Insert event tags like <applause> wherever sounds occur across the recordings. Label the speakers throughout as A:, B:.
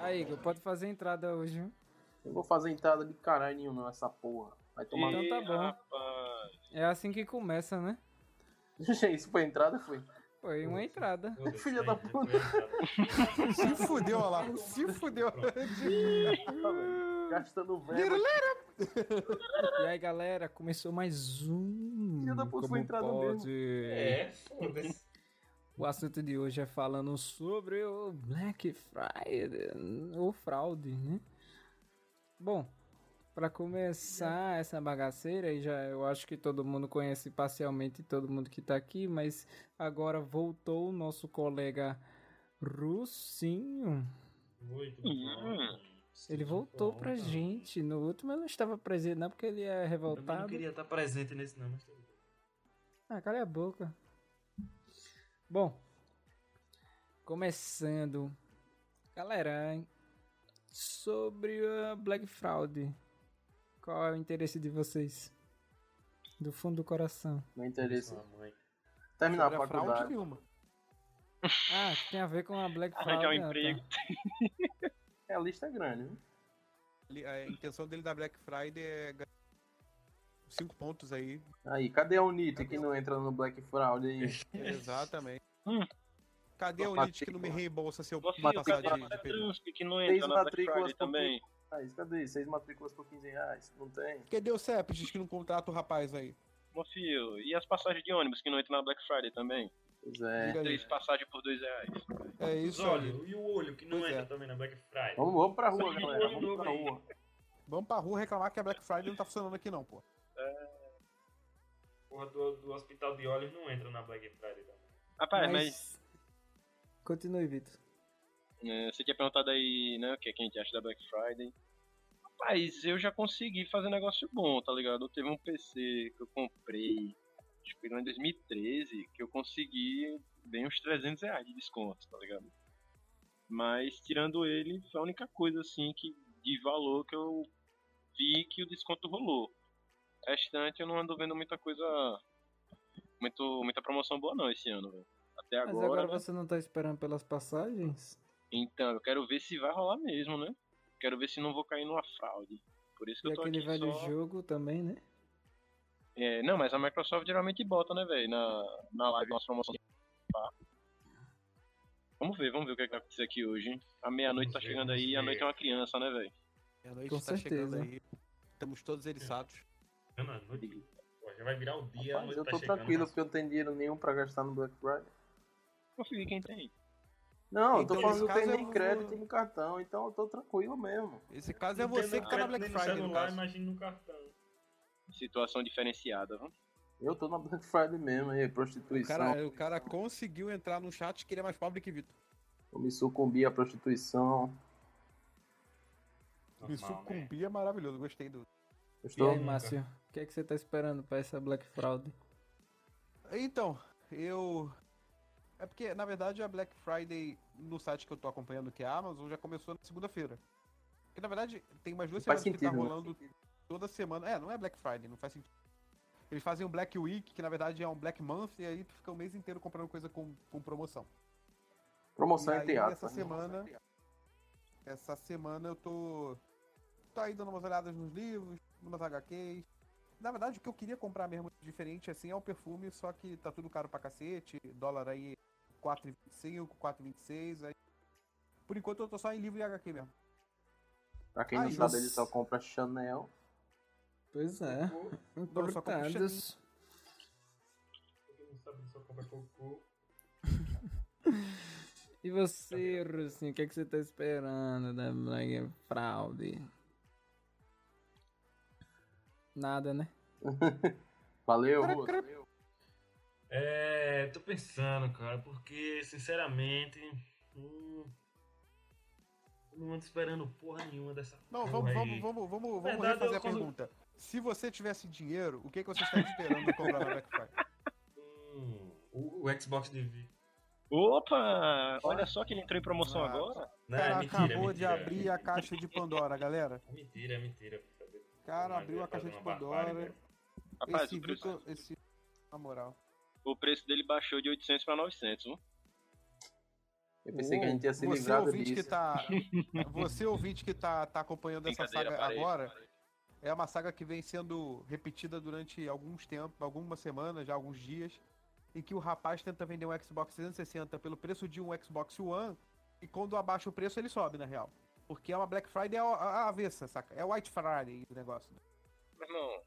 A: Aí, Igor, pode fazer entrada hoje, viu?
B: Eu vou fazer entrada de caralho nenhum, não, essa porra. Vai tomar
A: Então
B: no.
A: tá bom.
C: Rapaz,
A: É assim que começa, né?
B: <laughs> Isso foi entrada? Foi.
A: Foi uma entrada.
B: <laughs> Filha da puta.
D: Se fudeu, olha lá. Se fudeu.
B: Tá Gastando verba.
A: E aí, galera, começou mais um.
B: Filha da puta, foi
A: Como
B: entrada
A: pode.
C: É, foda-se.
A: O assunto de hoje é falando sobre o Black Friday, ou fraude, né? Bom, pra
B: É.
A: começar essa bagaceira, e já eu acho que todo mundo conhece parcialmente todo mundo que tá aqui, mas agora voltou o nosso colega Russinho.
C: Muito bom.
A: Ele voltou pra
C: cara.
A: gente. No último eu não estava presente, não, porque ele é
C: Eu também não
A: revoltado.
C: queria estar presente nesse, não, mas tudo bem.
A: Ah, cala a boca. Bom, começando. Galera, hein, sobre a Black Fraud. Qual é o interesse de vocês? Do fundo do coração.
B: Não interessa.
C: Sua mãe.
B: Terminar a
D: Não era fraude
B: faculdade.
D: nenhuma.
A: Ah, tem a ver com a Black Fraud.
E: Arranjar um
A: né, tá.
E: emprego.
B: É, a lista é grande, viu?
D: Ele- A intenção dele da Black Friday é ganhar cinco pontos aí.
B: Aí, cadê a Unita que não entra no Black Fraud aí?
D: Exatamente.
E: Hum.
D: Cadê o
B: Matrícula.
D: Nietzsche que não me reembolsa seu
E: Você, o
D: passar
E: cara
D: de,
E: da
D: de período?
E: Transp que não
B: Três
E: entra na Black
B: matrículas
E: Friday
B: por
E: também.
B: Ah, isso, cadê? Seis matrículas por 15 reais. Não tem?
D: Cadê o CEP? Diz que não contrata o rapaz aí.
E: Mofio, e as passagens de ônibus que não entram na Black Friday também?
B: Pois é.
D: Diga aí.
E: Três passagens por dois reais.
D: É
C: Os
D: isso aí.
C: olhos, e o olho que não
D: Pois
C: entra
D: é.
C: também na Black Friday.
B: Vamos, vamos pra rua,
C: Só que
B: galera.
C: olho
B: Vamos
C: novo
B: pra
C: aí.
B: rua.
D: Vamos pra rua reclamar que a Black Friday não tá funcionando aqui não, pô.
C: Porra do, do hospital de olhos não entra na Black Friday também.
E: Rapaz, mas,
A: Mas- Continue, Vitor.
E: né, você tinha perguntado aí, né, o que é que a gente acha da Black Friday. Rapaz, eu já consegui fazer negócio bom, tá ligado? Eu teve um PC que eu comprei, acho que foi lá em 2013, que eu consegui bem uns 300 reais de desconto, tá ligado? Mas tirando ele, foi a única coisa assim que de valor que eu vi que o desconto rolou. O restante eu não ando vendo muita coisa. Muito, muita promoção boa não esse ano, velho. Até
A: Mas
E: agora.
A: agora
E: né?
A: você não tá esperando pelas passagens?
E: Então, eu quero ver se vai rolar mesmo, né? Quero ver se não vou cair numa fraude. Por isso que
A: E
E: eu tô
A: aquele
E: aqui
A: velho
E: só...
A: jogo também, né?
E: É, não, mas a Microsoft geralmente bota, né, velho, na, na live, nossa promoção. Pá. Vamos ver, vamos ver o que, é que vai acontecer aqui hoje. A
C: Vamos
E: meia-noite tá
C: ver,
E: chegando
C: vamos
E: aí, a
C: ver.
E: noite é uma criança, né, velho?
D: A noite
A: Com
D: tá chegando
A: certeza.
D: aí. Estamos todos eriçados.
C: Não, não, noite. Pô, já vai virar o dia, a
B: Rapaz,
C: noite
B: eu
C: tá
B: tô
C: chegando,
B: tranquilo
C: mas-
B: porque eu não tenho dinheiro nenhum pra gastar no Black Friday.
E: Confio quem tem.
B: Não, eu tô
D: Então,
B: falando que eu
D: nesse
B: tenho
D: caso,
B: nem
D: eu
B: crédito
D: vou-
B: no cartão, então eu tô tranquilo mesmo.
D: Esse caso é
C: Não tem
D: você
C: no
D: que tá na
C: crédito,
D: Black
C: nem no
D: Friday, no
C: celular,
D: caso.
C: imagina no cartão.
E: Situação diferenciada, vamos.
B: Eu tô na Black Friday mesmo, aí,
D: O
B: prostituição.
D: cara, o cara conseguiu entrar no chat que ele é mais pobre que Vitor.
B: Eu me sucumbi à prostituição.
C: né?
D: Me
B: né?
D: sucumbi é maravilhoso, gostei do.
B: Eu
A: E aí,
B: estou...
C: nunca.
A: Márcio? O que é que você tá esperando pra essa Black Fraud?
D: Então, eu. É porque, na verdade, a Black Friday no site que eu tô acompanhando, que é a Amazon, já começou na segunda-feira. Porque, na verdade, tem umas duas
B: Faz
D: semanas que tá
B: sentido, né?
D: rolando toda semana. É, não é Black Friday, não faz sentido. Eles fazem um Black Week, que na verdade é um Black Month, e aí tu fica o mês inteiro comprando coisa com, com promoção.
B: Promoção
D: e
B: em
D: aí,
B: teatro. né?
D: essa semana. Essa semana eu tô. tô aí dando umas olhadas nos livros, numas HQs. Na verdade, o que eu queria comprar mesmo diferente assim é o perfume, só que tá tudo caro pra cacete. Dólar aí 4,25, 4,26. Aí... Por enquanto eu tô só em livro e HQ mesmo.
B: Pra quem não
D: Ai,
B: sabe,
D: nossa.
B: ele só compra Chanel.
A: Pois é.
D: Não, só compra
A: Importados.
C: Quem não sabe só compra cocô.
A: E você, Russinho, o que, é que você tá esperando da Black Fraude? Nada, né?
B: Valeu, Russo.
C: É, tô pensando, cara, porque, sinceramente, hum, não ando esperando porra nenhuma dessa
D: Não,
C: porra
D: vamos,
C: aí.
D: vamos, vamos, vamos, vamos
C: Verdade,
D: refazer
C: eu
D: a
C: quando-
D: pergunta. Se você tivesse dinheiro, o que, que você está esperando comprar na Black Friday?
C: Hum, o, o Xbox de Vi.
E: Opa! Olha só que ele entrou em promoção
D: Ah,
E: agora.
C: Não,
D: cara
C: é mentira,
D: acabou
C: é mentira,
D: de abrir
C: é
D: a caixa de Pandora, galera.
C: mentira. É mentira, é mentira.
D: Cara,
C: Mas
D: abriu
C: vai
D: a caixa
C: fazer
D: de
C: uma barbárie, né?
D: Pandora.
C: velho.
E: Rapaz,
D: Esse
E: o, preço,
D: Vitor, esse. Na moral.
E: o preço dele baixou de 800 pra 900, viu?
B: Eu pensei que a gente ia se
D: você
B: livrar
D: ouvinte
B: disso.
D: que tá Você ouvinte que tá, tá acompanhando essa
E: Brincadeira,
D: saga
E: parei,
D: agora,
E: parei.
D: é uma saga que vem sendo repetida durante alguns tempos, algumas semanas, já alguns dias, em que o rapaz tenta vender um Xbox 360 pelo preço de um Xbox One, e quando abaixa o preço ele sobe, na real. Porque é uma Black Friday a- a a avessa, saca? É White Friday o negócio.
E: Meu irmão,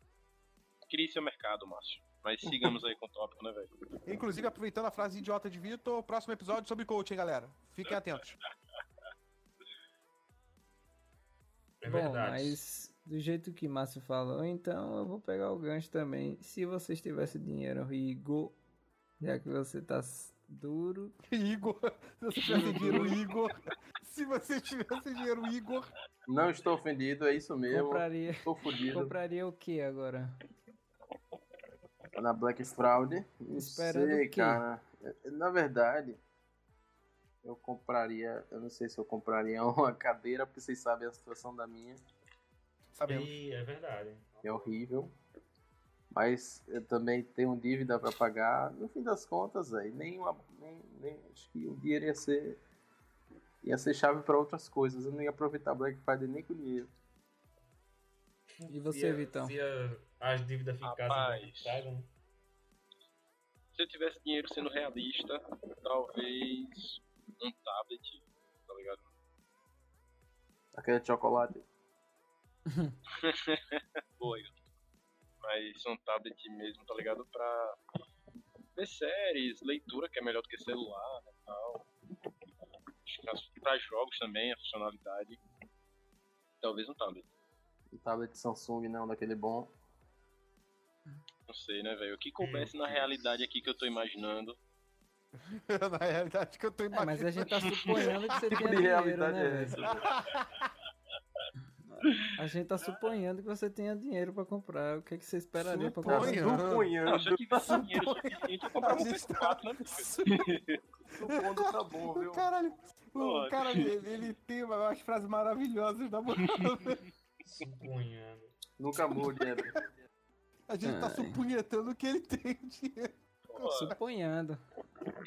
E: crie seu mercado, Márcio. Mas sigamos aí com o tópico, né, velho?
D: Inclusive, aproveitando a frase idiota de Vitor, próximo episódio sobre coaching, galera. Fiquem atentos.
C: É
A: Bom,
C: verdade.
A: mas do jeito que Márcio falou, então eu vou pegar o gancho também. Se vocês tivessem dinheiro, Igor, já que você tá s- duro,
D: Igor, se você tivesse dinheiro, Igor. Se você tivesse dinheiro, Igor.
B: Não estou ofendido, é isso mesmo.
A: compraria,
B: Estou fudido
A: compraria o que agora?
B: na Black Fraud. Não
A: Esperando o
B: sei,
A: quê?
B: cara. Na verdade, eu compraria. Eu não sei se eu compraria <laughs> uma cadeira, porque vocês sabem a situação da minha.
D: Sabemos.
C: E é verdade.
B: é horrível. Mas eu também tenho dívida para pagar. No fim das contas, aí nem, uma- nem, nem acho que o dinheiro ia ser ia ser chave para outras coisas. Eu não ia aproveitar Black Friday nem com dinheiro.
A: E você,
C: Se a-
A: Vitão?
C: Se a- as dívidas ficassem
E: Rapaz.
C: bonitas, né?
E: Se eu tivesse dinheiro sendo realista, talvez um tablet, tá ligado?
B: Aquele chocolate.
E: Boa, Igor. mas um tablet mesmo, tá ligado? Pra ver séries, leitura, que é melhor do que celular né, tal. Acho que as- Pra jogos também, a funcionalidade. Talvez um tablet.
B: Um tablet Samsung, não, daquele bom.
E: Não sei, né, velho? O que coubesse na realidade aqui que eu tô imaginando.
D: <laughs> Na realidade que eu tô
A: É, mas
D: imaginando.
A: a
C: <laughs>
A: gente tá suponhando que você
B: Que
A: tenha
B: tipo <laughs> de
A: dinheiro,
B: realidade
A: né,
B: é
A: velho?
B: essa? velho?
A: A gente tá suponhando que você tenha dinheiro pra comprar. O que, é que você esperaria pra
B: Tá
A: comprar?
D: Suponha.
E: Não, se
B: suponhando,
E: eu tivesse dinheiro suficiente, eu comprava um PS4, né, velho?
B: supondo tá bom, viu?
D: Caralho, o
E: Pô,
D: cara, ele, ele tem umas frases maravilhosas na boca.
C: Suponhando.
B: Nunca mude, né, Eber.
D: A gente tá
A: Ai.
D: supunhetando que ele tem o dinheiro.
E: Pô,
A: Suponhando.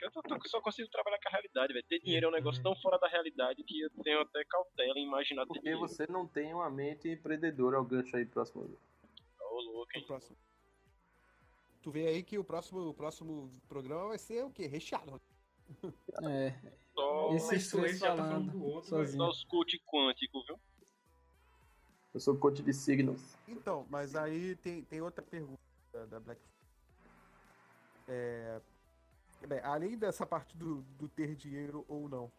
E: Eu tô- tô- só consigo trabalhar com a realidade, velho. Ter dinheiro é um negócio tão fora da realidade que eu tenho até cautela em imaginar ter
B: Porque
E: dinheiro.
B: você não tem uma mente empreendedora. É o gancho aí próximo.
E: Ô, louco, hein?
D: O próximo. Tu vê aí que o próximo, o próximo programa vai ser o quê? Recheado.
A: É.
E: Só,
A: Esse-
C: Esses
A: três
C: dois já tá falando
A: falando
C: do outro,
A: sozinho.
E: só os coach quântico, viu?
B: Eu sou coach de signos.
D: Então, mas aí tem, tem outra pergunta da- da Black É, bem, além dessa parte do, do ter dinheiro ou não,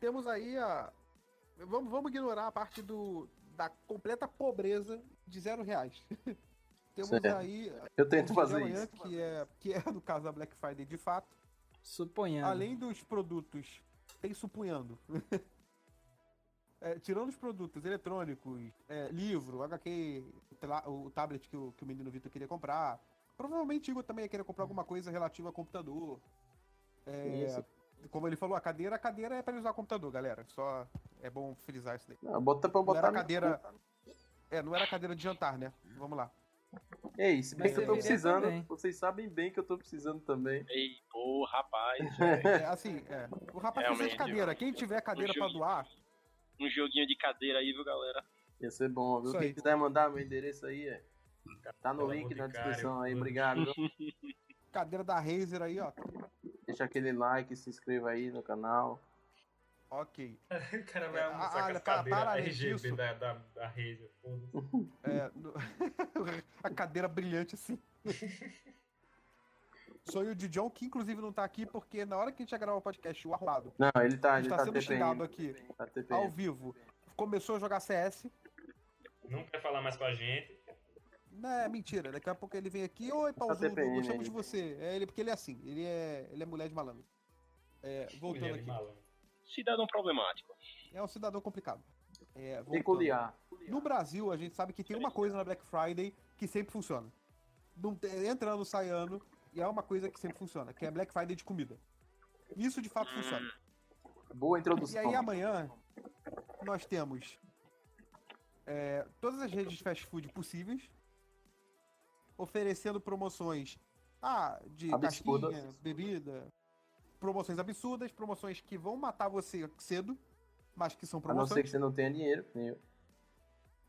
D: temos aí a. Vamos, vamos ignorar a parte do, da completa pobreza de zero reais. <laughs> temos
B: Certo.
D: aí.
B: Eu tento
D: o
B: fazer
D: amanhã,
B: isso.
D: Que é, que é no caso da Black Friday de fato.
A: Suponhando.
D: Além dos produtos, tem supunhando. <laughs> É, tirando os produtos eletrônicos, é, livro, HQ, o tla- o tablet que o, que o menino Vitor queria comprar. Provavelmente o Igor também ia querer comprar alguma coisa relativa a computador. É,
B: Isso.
D: Como ele falou, a cadeira, a cadeira é para usar computador, galera. Só é bom frisar isso daí.
B: Não, bota pra eu
D: Não
B: botar
D: era
B: no-
D: cadeira. É, não era cadeira de jantar, né? Vamos lá.
B: Ei, É se bem
A: Mas
B: que eu tô
A: deveria
B: precisando,
A: também.
B: vocês sabem bem que eu tô precisando também.
E: Ei, pô,
D: <laughs>
E: rapaz.
D: É, assim, é. O rapaz precisa de
E: Realmente,
D: cadeira. Quem tiver cadeira para
E: joguinho.
D: doar,
E: um joguinho de cadeira aí, viu, galera?
B: Ia ser bom, viu?
D: Isso
B: Quem
D: aí.
B: quiser mandar meu endereço aí, é. Tá no
C: Pela
B: link na
C: Boticário,
B: descrição aí,
C: tudo.
B: obrigado. viu?
D: cadeira da Razer aí, ó.
B: Deixa aquele like, se inscreva aí no canal.
D: Ok.
C: O cara vai
D: É,
C: almoçar
D: olha,
C: com as
D: para-
C: cadeiras
D: para além
C: RGB
D: disso.
C: da, da, da Razer, foda-se.
D: É, no- <laughs> a cadeira brilhante assim. Sonho de John, que inclusive não tá aqui, porque na hora que a gente ia gravar o podcast, o arrumado,
B: Não, ele tá,
D: a
B: ele
D: gente tá,
B: tá
D: sendo xingado
B: TPM.
D: aqui,
B: Tá
D: ao
B: TPM.
D: vivo, começou a jogar CS.
C: Não quer falar mais com a gente.
D: Não, é mentira, daqui a pouco ele vem aqui, oi Pauzudo,
B: TPM
D: gostamos de
B: ainda.
D: você. É ele, porque ele é assim, ele é, ele é mulher de malandro. É, voltando
C: Mulher de
D: aqui.
C: malandro.
E: Cidadão problemático.
D: É um cidadão complicado. É, voltando.
B: Peculiar.
D: No Brasil, a gente sabe que tem uma coisa na Black Friday que sempre funciona. Não tem- entra ano, sai ano, e é uma coisa que sempre funciona, que é Black Friday de comida. Isso de fato funciona.
B: Boa
D: então. E
B: introdução.
D: aí amanhã nós temos é, todas as redes de fast food possíveis oferecendo promoções ah, de
B: Absurdas.
D: casquinha, bebida, promoções absurdas, promoções que vão matar você cedo, mas que são
B: A não ser
D: promoções.
B: que você não tenha dinheiro, né? que nem eu.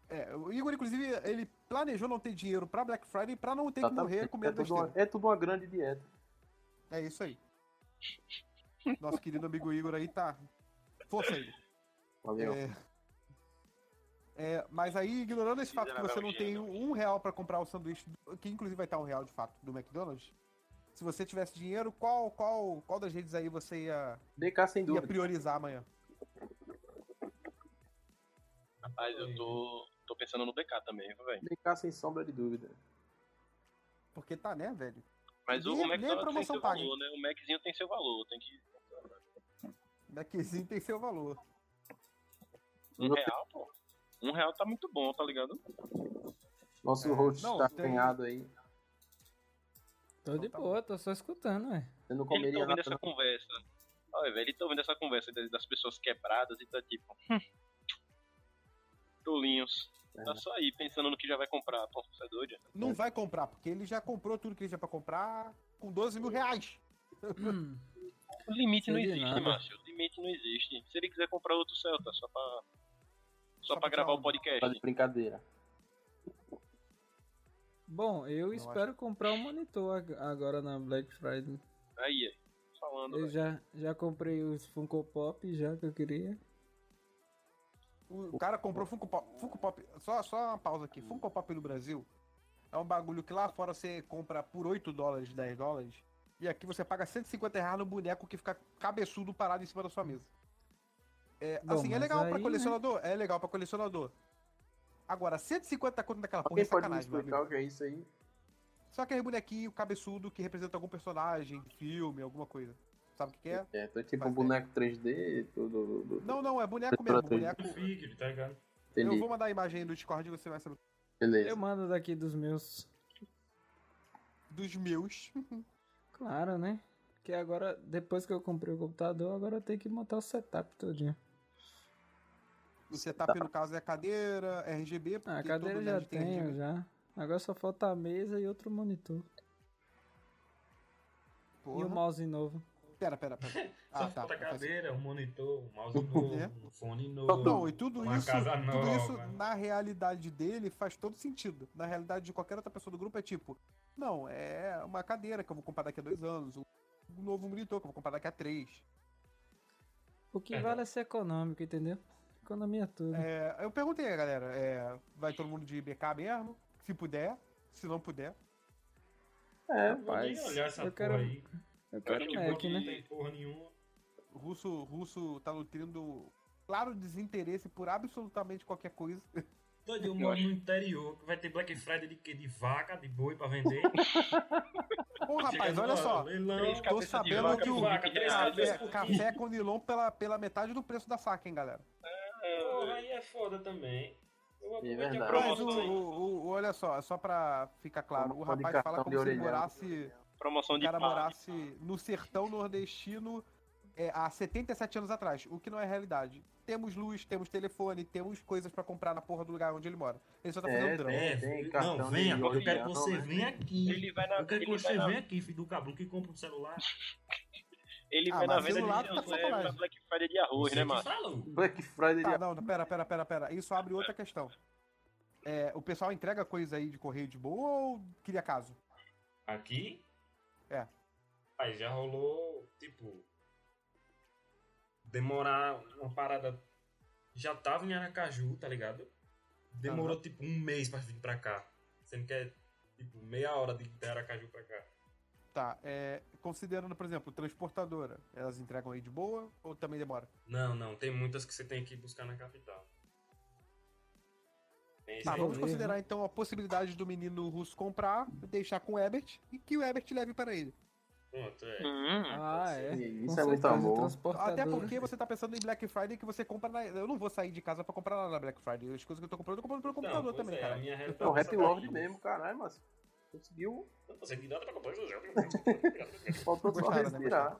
D: É, o Igor, inclusive, ele planejou não ter dinheiro pra Black Friday pra não ter que
B: Exatamente.
D: morrer
B: é,
D: comendo
B: tudo uma,
D: besteira.
B: é tudo uma grande dieta.
D: É isso aí. Nosso querido amigo Igor aí tá. Força aí.
B: Valeu.
D: É, é, mas aí, ignorando esse fato que você não tem
E: Miserável
D: um real pra comprar o sanduíche, do- que inclusive vai estar um real de fato do McDonald's, se você tivesse dinheiro, qual, qual, qual das redes aí você ia,
B: BK sem
D: ia
B: dúvida.
D: priorizar amanhã?
E: Rapaz, eu tô, tô pensando no BK também, viu, velho.
B: BK sem sombra de dúvida.
D: Porque tá, né, velho?
E: Mas o,
D: Nem- é
E: o
D: nem a
E: McDonald's tem
D: promoção
E: seu
D: paga.
E: valor, né? O Maczinho tem seu valor, tem que.
D: Maczinho tem seu valor.
E: Um real, pô. Um real tá muito bom, tá ligado?
B: Nosso
D: É,
B: host
D: não,
B: tá
D: tem-
B: apanhado aí.
A: Tô de um
D: Então tá
A: boa, tô só escutando, ué.
B: Eu não
E: Ele tá
B: comeria
E: ouvindo
B: nada.
E: essa
B: não.
E: conversa. Olha, velho, ele tá ouvindo essa conversa das das pessoas quebradas e tá tipo. "Hum, Tolinhos. Tá só aí pensando no que já vai comprar. Pô, você é doido?
D: Não vai comprar, porque ele já comprou tudo que ele tinha pra comprar com 12 mil reais.
A: Hum,
E: O limite não
A: Sei de
E: existe,
A: nada.
E: Márcio. O limite não existe. Se ele quiser comprar outro Celta, só pra.
D: Só
E: Só, pra
D: pra
E: gravar
D: tirar um
E: o
D: onda.
B: Tá de
E: podcast.
B: brincadeira.
A: Bom, eu
D: Não
A: espero comprar um monitor ag- agora na Black Friday.
E: Aí, aí. Falando,
A: Eu
E: velho.
A: já, já comprei os Funko Pop já que eu queria.
D: O cara comprou Funko Pop. Funko Pop, só, só uma pausa aqui. Funko Pop no Brasil é um bagulho que lá fora você compra por 8 dólares, 10 dólares. E aqui você paga 150 reais no boneco que fica cabeçudo parado em cima da sua mesa. É,
A: Bom,
D: assim, é
A: mas
D: legal
A: aí,
D: pra
A: né?
D: colecionador? É legal pra colecionador. Agora, 150 conto daquela porra é
B: Alguém pode me
D: sacanagem, meu amigo.
B: explicar o que é isso aí?
D: Só aquele bonequinho cabeçudo que representa algum personagem, filme, alguma coisa. Sabe o que, que é?
B: É, tô tipo
D: Faz
B: um boneco 3D, tudo. tudo-
D: Não, não, é boneco mesmo. Boneco.
C: Config, tá ligado?
D: Eu
B: Entendi.
D: vou mandar a imagem aí no Discord e você vai saber.
B: Beleza.
A: Eu mando daqui dos meus.
D: Dos meus.
A: Claro, né? Que agora, depois que eu comprei o computador, agora eu tenho que montar o setup todinho.
D: O setup, no caso, é cadeira, RGB, porque
A: Tá. Ah, a cadeira
D: todo é
A: já
D: nerd tem
A: tenho,
D: RGB.
A: já. Agora só falta a mesa e outro monitor. E
D: Porra.
A: o mouse novo.
D: Pera, pera,
C: <laughs>
D: pera.
C: Só
D: Ah, tá.
C: falta a
D: vai fazer.
C: cadeira, um monitor, um mouse novo,
D: É.
C: um fone novo.
D: Não, e tudo
C: Uma
D: isso,
C: casa
D: tudo
C: nova. né?
D: isso na realidade dele faz todo sentido. Na realidade de qualquer outra pessoa do grupo é tipo, não, é uma cadeira que eu vou comprar daqui a dois anos, um novo monitor que eu vou comprar daqui a três.
A: O que
C: É.
A: vale é ser econômico, entendeu? Economia é tudo.
D: É, eu perguntei, galera, é, vai todo mundo de BK mesmo? Se puder, se não puder.
B: É,
C: Vou nem
B: rapaz.
C: olhar essa
A: eu
C: porra
A: quero-
C: aí.
A: eu
C: Eu
A: quero
C: acho que
E: é
A: Mac,
C: porque não
A: né?
C: tem porra nenhuma.
D: O russo, russo tá nutrindo claro desinteresse por absolutamente qualquer coisa.
C: Doido, eu
E: Eu
C: moro
E: acho.
C: no interior, que vai ter Black Friday de quê? De vaca, de boi pra vender. <laughs>
D: Ô, <laughs> rapaz,
C: Chega
D: olha
C: no
D: só.
C: Leilão,
E: Três
D: Tô
E: cabeças de
D: sabendo
E: vaca
D: que
E: por
D: o
C: vaca,
E: vinte
C: três
E: reais,
C: cabeças
E: velho.
D: Café,
C: por quilo.
D: café com nilon pela, pela metade do preço da saca, hein, galera?
C: Porra, aí é foda também. Eu aproveitei a
B: verdade.
D: Mas o,
C: promoção aí.
D: o- o- olha só, é só pra ficar claro, o
B: Como pode
D: rapaz fala
B: cartão
D: como
B: de
D: se ele
B: orelhão.
D: morasse,
E: Promoção
D: o
E: de
D: cara
E: par.
D: morasse no sertão nordestino é, há 77 anos atrás, o que não é realidade. Temos luz, temos telefone, temos coisas pra comprar na porra do lugar onde ele mora. Ele só tá
B: É,
D: fazendo drama.
C: É,
B: Tem
C: filho,
B: cartão
C: não, venha,
B: de
C: agora eu quero que
B: orelhão,
C: você
B: né?
C: venha aqui.
E: Ele vai na,
C: Eu quero que
E: ele vai
C: você
E: na,
C: venha aqui, filho do cabrão, que compra um celular.
E: ele
D: Ah,
E: vai na
D: mas
E: venda
D: celular
E: de
D: tá
E: seus
D: sacanagem.
E: é, pra Black Friday de arroz,
C: Você
E: né,
C: que
E: Márcio?
C: falou.
B: Black Friday
D: Tá,
B: de
D: não, pera, pera, pera, pera. Isso abre outra questão. É, o pessoal entrega coisa aí de correio de boa ou cria caso?
C: Aqui?
D: É.
C: Aí já rolou, tipo. Demorar uma parada. Já tava em Aracaju, tá ligado? Demorou tipo um mês pra vir pra cá. Sendo que é tipo meia hora de de Aracaju pra cá.
D: Tá, é, considerando, por exemplo, transportadora, elas entregam aí de boa ou também demora?
C: Não, não, tem muitas que você tem que buscar na capital. Tem isso
D: Tá,
C: aí.
D: vamos
A: Beleza.
D: considerar então a possibilidade do menino russo comprar, deixar com o Ebert e que o Ebert leve para ele.
C: Pronto, é.
E: Hum.
A: Ah,
B: ser.
A: é.
B: Isso
A: Com
B: é muito
A: certeza,
B: amor.
A: transportadora.
D: Até porque você tá pensando em Black Friday que você compra na. Eu não vou sair de casa pra comprar nada na Black Friday. As coisas que eu tô comprando, eu tô comprando pelo
C: Então,
D: computador
C: pois
D: também,
C: é, a
D: cara.
C: minha
B: É o
C: realidade é
B: Rap
C: essa
B: Lord
C: daí.
B: mesmo, caralho, mas conseguiu.
C: Não consegui nada pra comprar, José.
D: <laughs>
B: Faltou só
D: Gostaram, né,
B: respirar.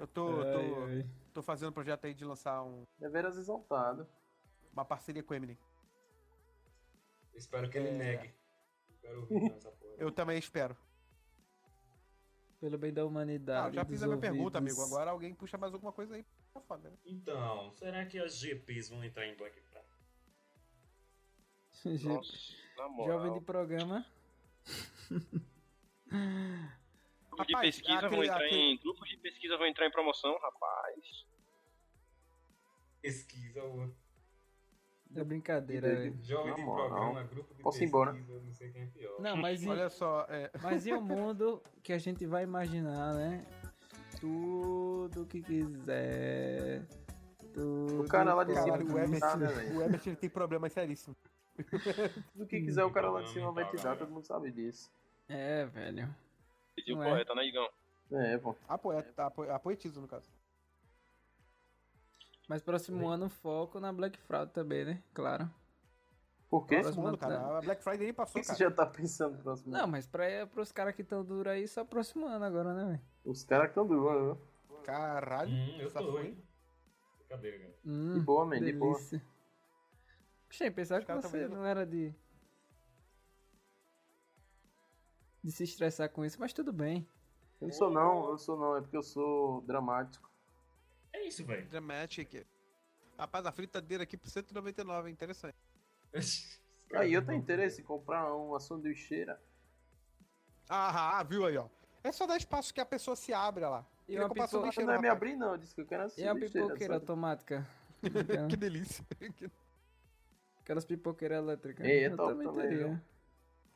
D: Eu tô,
A: Ai,
D: tô,
A: ai.
D: tô fazendo um projeto aí de lançar um-
B: Deveras exaltado.
D: uma parceria com o Eminem.
C: Espero que ele
D: É.
C: negue. Quero ouvir essa porra.
D: Eu também espero.
A: Pelo bem da humanidade.
D: Ah, já
A: dos
D: fiz a minha pergunta,
A: ouvidos.
D: amigo. Agora alguém puxa mais alguma coisa aí. Tá foda, né?
C: Então, será que as GPs vão entrar em Black Friday?
A: <laughs> Gente,
E: Nossa, na moral.
A: Jovem de programa.
E: Grupos de
D: Rapaz,
E: pesquisa vão
D: aquele-
E: entrar em.
D: aquele-
E: Grupos de pesquisa vão entrar em promoção, rapaz.
C: Pesquisa, o
A: É brincadeira,
B: E daí?
A: velho.
C: jovem de
B: Na moral.
A: né?
C: programa, grupo de
B: Posso ir
C: pesquisa,
B: embora.
C: não sei quem é pior.
A: Não, mas e,
D: Olha só, é,
A: mas
B: <laughs>
A: e o mundo que a gente vai imaginar, né? Tudo que quiser. Tudo
B: O cara lá de
A: pode.
B: cima
D: caralho, o
B: não
D: Ebert,
B: tá, né, velho?
D: o Ebert ele tem problema seríssimo.
B: Tudo que quiser, o cara lá de cima vai te
C: Fundamental,
B: dar,
C: cara.
B: todo mundo sabe disso.
A: É, velho.
E: Dizia o
A: Não é?
E: poeta, né, Igão?
B: É, pô.
D: A poeta, a, po- a poetisa, é no caso.
A: Mas próximo ano foco na Black Fraud também, né? Claro.
B: Por quê?
A: Próximo
D: Esse mundo,
A: ano,
B: né?
D: cara. A Black Friday nem
B: O que
D: passou,
B: que você
D: cara.
B: já tá pensando no próximo
A: Não, mas pra, é pros caras que estão duros aí, só próximo ano agora, né, velho?
B: Os caras estão doando, viu?
D: Caralho.
C: Hum, eu
D: essa
C: tô,
D: foi.
C: hein? Brincadeira, cara.
A: Hum,
B: De boa, man, É, de boa.
A: delícia. Poxa, pensava
D: Os
A: que
D: caras
A: você
D: tão vendo-
A: não era de... De se estressar com isso, mas tudo bem.
B: Eu não sou não, eu sou não, é porque eu sou dramático.
C: É isso, velho.
D: Dramatic. Rapaz, a fritadeira aqui por 199, é interessante.
B: <laughs> Aí eu tenho interesse em comprar um, uma sanduicheira.
D: Ah, ah, viu aí, ó. É só dar espaço que a pessoa se abre lá.
A: E
D: Queria
A: uma pipoca-
D: comprar
B: Eu
D: sanduicheira,
B: não é me
D: rapaz.
B: abrir, não, eu disse que eu quero tá uma
A: E a
B: sanduicheira.
A: pipoqueira tá?
B: sabe?
A: automática? Então,
D: <laughs> Que delícia. Que-
A: Aquelas pipoqueiras elétricas.
B: É, é
A: eu
B: top
A: também
B: também,
A: teria.
B: viu?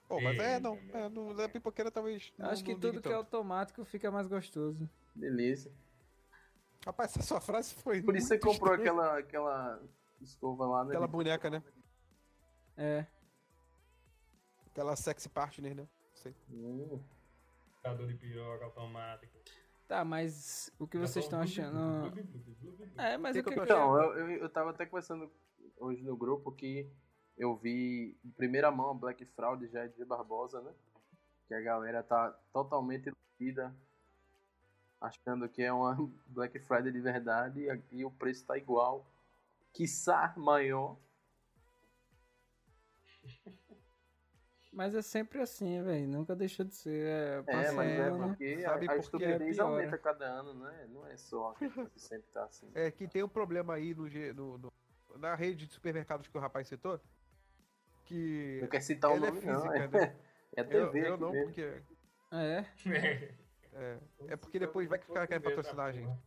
D: Pô, mas é, não.
C: Eita,
D: É, não da pipoqueira talvez. não-
A: Acho que
D: não ligue
A: tudo que é
D: tanto.
A: automático fica mais gostoso.
B: Beleza.
D: Rapaz, essa sua frase foi.
B: Por isso você
D: muito
B: comprou
D: estranha.
B: aquela, aquela escova lá, né?
D: Aquela boneca, né?
A: É.
D: Aquela sexy partner, né?
B: Hum,
C: Computador de piroca automático.
A: Tá, mas o que vocês estão
C: <laughs>
A: achando?
C: achando?
A: É, mas
D: Que
A: o que,
D: que eu
A: que
D: tô
B: Então, eu, eu, eu tava até conversando hoje no grupo que eu vi em primeira mão a Black Fraud já de Barbosa, né? Que a galera tá totalmente iludida, achando que é uma <laughs> Black Friday de verdade e, a- e o preço tá igual, quiçá maior.
A: Mas é sempre assim, velho. Nunca deixou de ser. É,
B: É,
A: passando,
B: mas é
A: né?
B: porque a-
D: Sabe
B: a,
D: porque
B: estupidez
A: piora.
B: aumenta cada ano, né? Não é só a coisa que sempre tá assim.
D: <laughs> É que tem um problema aí no, G- no- no- na rede de supermercados que o rapaz citou. Que.
B: Não quer citar o
D: ela é
B: nome, não.
D: física,
B: É,
D: né?
B: é
D: Eu,
B: TV
D: eu
B: aqui
D: não,
B: mesmo.
D: porque.
A: É.
D: É, é porque depois vai que os caras querem patrocinar a gente.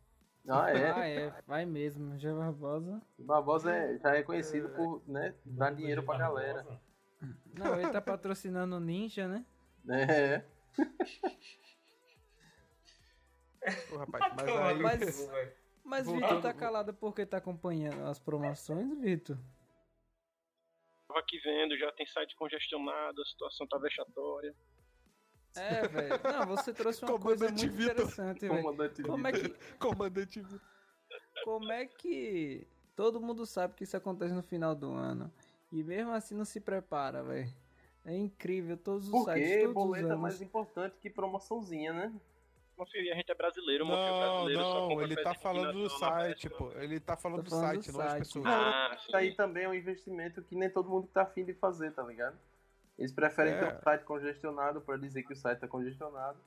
B: Ah, é.
A: Ah, é. Vai mesmo. Já Barbosa.
B: Barbosa é- já é conhecido por né, dar dinheiro
C: é
B: pra galera.
A: Não,
D: <laughs>
A: ele tá patrocinando o Ninja, né?
B: É,
D: Ô, rapaz, mas aí.
A: Mas- Mas
D: Vou-
A: Vitor
D: Ah,
A: tá
D: vou-
A: calado porque tá acompanhando as promoções, Vitor.
E: Tava aqui vendo, já tem site congestionado, a situação tá vexatória.
A: É, velho. Não, você trouxe uma
D: Comandante
A: coisa muito
D: Vitor.
A: interessante, velho.
B: comandante
A: Como é que
D: Comandante Vitor.
A: como é que todo mundo sabe que isso acontece no final do ano e mesmo assim não se prepara, velho? É incrível, todos os sites,
B: Porque
A: todos os
B: boleta é
A: anos.
B: mais importante que promoçãozinha, né?
E: Meu filho, e a gente é brasileiro, meu filho.
D: Não,
E: Brasileiro só
D: não,
E: compra
D: ele
E: peça
D: tá
E: de
D: falando do
E: indignação na
D: site,
E: festa.
D: pô. Ele tá falando
A: Tô
D: do
A: falando do
D: site, não as
A: site.
D: pessoas.
E: Ah,
B: Isso aí
E: sim.
B: também é um investimento que nem todo mundo tá afim de fazer, tá ligado? Eles preferem
D: É.
B: ter um site congestionado pra dizer que o site tá congestionado.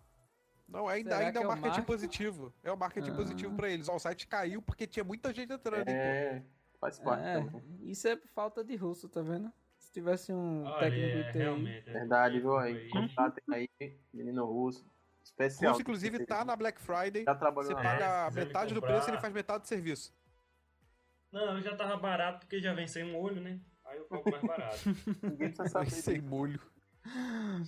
D: Não, ainda,
A: Será
D: ainda
A: que
D: é
A: é
D: um
A: o
D: marketing
A: marketing?
D: positivo. É um marketing
A: Ah.
D: positivo pra eles. Ó, o site caiu porque tinha muita gente entrando. hein,
B: É, faz parte também.
A: É, isso é falta de russo, tá vendo? Se tivesse
D: Tá
A: um
C: Olha,
A: técnico
C: é,
A: de TI,
C: realmente. é
B: Verdade, viu
C: porque
B: aí?
C: foi-
B: Contratem aí, menino russo.
D: pô.
B: Especial.
D: Russo, inclusive, tá na Black Friday.
B: Já trabalhou
D: Você
B: na
D: paga
C: se quiser me
D: metade do
C: comprar-
D: preço e ele faz metade do serviço.
C: Não, eu já tava barato porque já vencei um olho, né? Aí eu compro mais barato.
B: Ninguém
D: <laughs>
B: precisa saber.
D: Sem
B: disso.
D: molho.
A: Ah,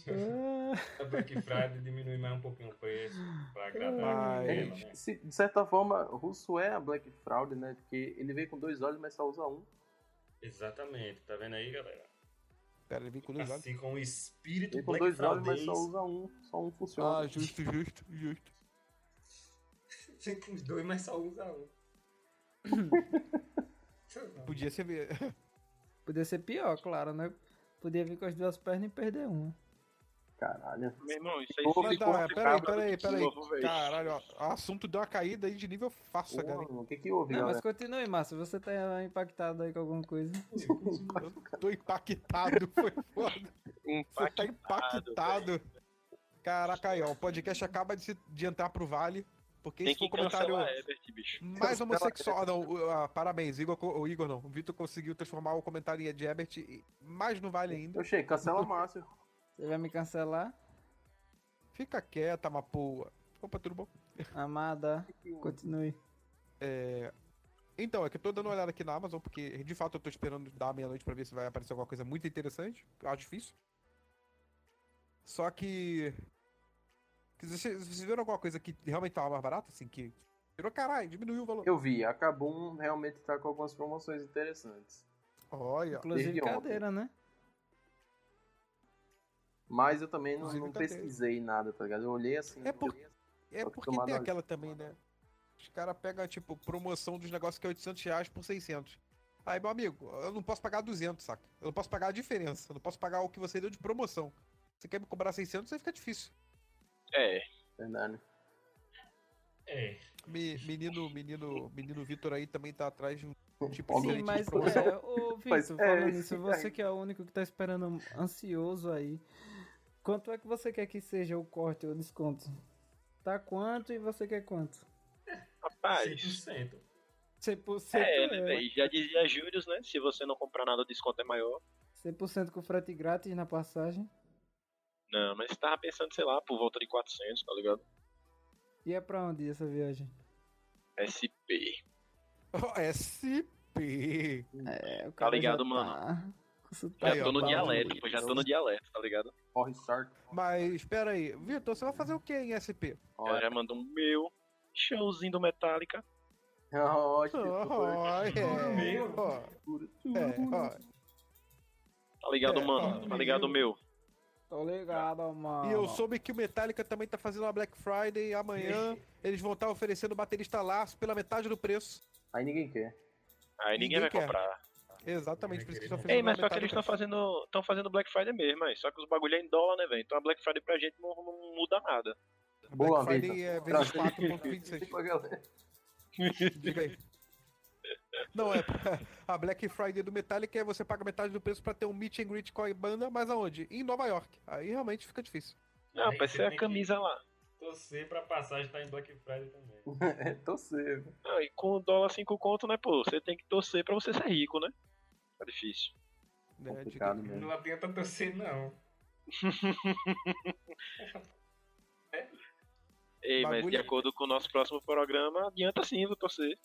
C: A Black Friday diminui mais um pouquinho o preço pra agradar
D: Mas-
C: ela, né?
B: Se- de certa forma, o russo é a Black Fraud, né? Porque ele veio com dois olhos, mas só usa um.
C: Exatamente, tá vendo aí, galera?
D: Cara, ele vem com dois
E: Tá
D: olhos.
C: Assim com o espírito
B: Veio com
C: Black é
B: dois olhos, mas
C: Friday.
B: só usa um. Só um funciona.
D: Ah, justo, justo, justo. um.
C: Vem com os dois, mas só usa um.
D: <laughs> Podia ser. ver-
A: podia ser pior, claro, né? Podia vir com as duas pernas e perder uma.
B: Caralho.
E: Meu irmão, isso aí
B: Mas
D: Mas
B: Ficou
D: dá, peraí,
B: complicado
D: peraí, Tá.
E: de novo,
D: peraí.
E: velho.
D: Caralho, ó. O assunto deu uma caída aí de nível fácil,
B: Porra,
D: cara.
B: mano, o que que houve,
A: Não, mas
B: galera?
A: continue, Márcio. Você tá impactado aí com alguma coisa.
D: assim, Eu tô impactado, <laughs> foi foda.
E: Um
D: Você tá
E: impactado,
D: impactado. Caraca, aí, ó, o podcast acaba de, se- de entrar pro vale, porque
E: Tem
D: esse foi
E: que um
D: o comentário
E: cancelar Ebert, é, bicho.
D: mais homossexual. Não, o- ah, parabéns, Igor, co- o Igor não. O Vitor conseguiu transformar o comentário de Ebert e- mais no vale ainda.
B: <laughs> Eu achei, cancela Márcio.
A: Você vai me cancelar?
D: Fica quieta, Mapoa. Opa, tudo bom?
A: Amada, continue.
D: Então, é que eu tô dando uma olhada aqui na Amazon, porque de fato eu tô esperando dar meia-noite pra ver se vai aparecer alguma coisa muito interessante. Eu acho difícil. Só que. que Vocês vocês viram alguma coisa que realmente tava mais barata, assim? Que virou caralho, diminuiu o valor.
B: Eu vi, a Kabum realmente tá com algumas promoções interessantes.
D: Olha,
A: Inclusive
B: desde ontem.
A: cadeira, né?
B: Mas eu também não,
D: Inclusive,
B: não
D: cadê?
B: pesquisei nada, tá ligado? Eu olhei assim.
D: É por- é
B: Tô
D: porque
B: tomando
D: tem
B: olho.
D: aquela também, né? Os caras pegam, tipo, promoção dos negócios que é 800 reais por 600. Aí, meu amigo, eu não posso pagar 200, saca? Eu não posso pagar a diferença. Eu não posso pagar o que você deu de promoção. Você quer me cobrar 600, aí fica difícil.
E: É,
B: Verdade.
C: É.
D: Me- Menino, menino, menino Vitor aí também tá atrás de um tipo
B: Sim,
A: Sim,
D: diferente
A: mas
D: de <laughs> promoção.
A: é,
E: <laughs>
A: ô
B: Mas,
A: Vitor,
B: é,
A: falando
B: esse
A: nisso,
B: daí.
A: você que é o único que tá esperando ansioso aí. Quanto é que você quer que seja o corte ou o desconto? Tá quanto e você quer quanto?
E: rapaz.
C: 100%.
A: 100%
E: É,
A: é,
E: né, velho? Já dizia Július, né? Se você não comprar nada, o desconto é maior.
A: 100% com frete grátis na passagem.
E: Não, mas tava pensando, sei lá, por volta de 400, tá ligado?
A: E é pra onde essa viagem?
E: SP.
D: Oh, SP!
A: É, o
E: Tá ligado,
A: já
E: mano?
A: tá com
E: Já
A: sotaque
D: Aí, ó,
E: tô no
A: pra
E: dialeto,
A: onde?
E: pô, já tô no dialeto, tá ligado?
B: Corre Shark.
D: Mas pera aí, Vitor, você vai fazer o que em SP?
E: O cara
B: Olha.
E: já mandou um meu showzinho do Metallica.
B: <laughs> Ó, que
D: Oh,
B: doido.
D: é,
C: Meu.
D: ó, é, ó.
E: Tá ligado,
D: É,
E: mano?
D: ó,
E: Tá ligado, meu?
A: Tô ligado, mano.
D: E eu soube que o Metallica também tá fazendo uma Black Friday amanhã. Eles vão estar oferecendo o baterista laço pela metade do preço.
B: Aí ninguém quer.
E: Aí ninguém,
D: Ninguém
E: vai
D: quer.
E: comprar.
D: Exatamente, por isso que eles estão
E: Ei,
D: oferecendo.
E: mas
D: a
E: só que
D: metade
E: eles
D: do
E: estão fazendo, tão fazendo Black Friday mesmo, mas só que os bagulho é em dólar, né, velho? Então a Black Friday pra gente não, não muda nada.
D: preço.
B: Boa,
D: Black Friday
B: Vitor.
D: é vezes
B: Traz-
D: 4,26.
B: Tipo a galera. <laughs>
D: Diga aí. Não, é. A Black Friday do Metallica é você paga metade do preço pra ter um meet and greet com a banda, mas aonde? Em Nova York. Aí realmente fica difícil.
E: Não,
C: Aí
E: vai ser
D: é
C: você
E: é a
C: tem
E: camisa lá.
C: que Torcer pra passagem tá em Black Friday também.
B: É, tô cedo.
E: Não, Ah, e com o dólar 5 conto, né, pô? Você tem que torcer pra você ser rico, né? Tá difícil.
D: Né?
B: Complicado
D: Diga-
B: mesmo.
C: Não adianta torcer, não.
E: Ei, mas de
D: Bagulho- é
E: acordo com o nosso próximo programa, adianta sim, vou torcer.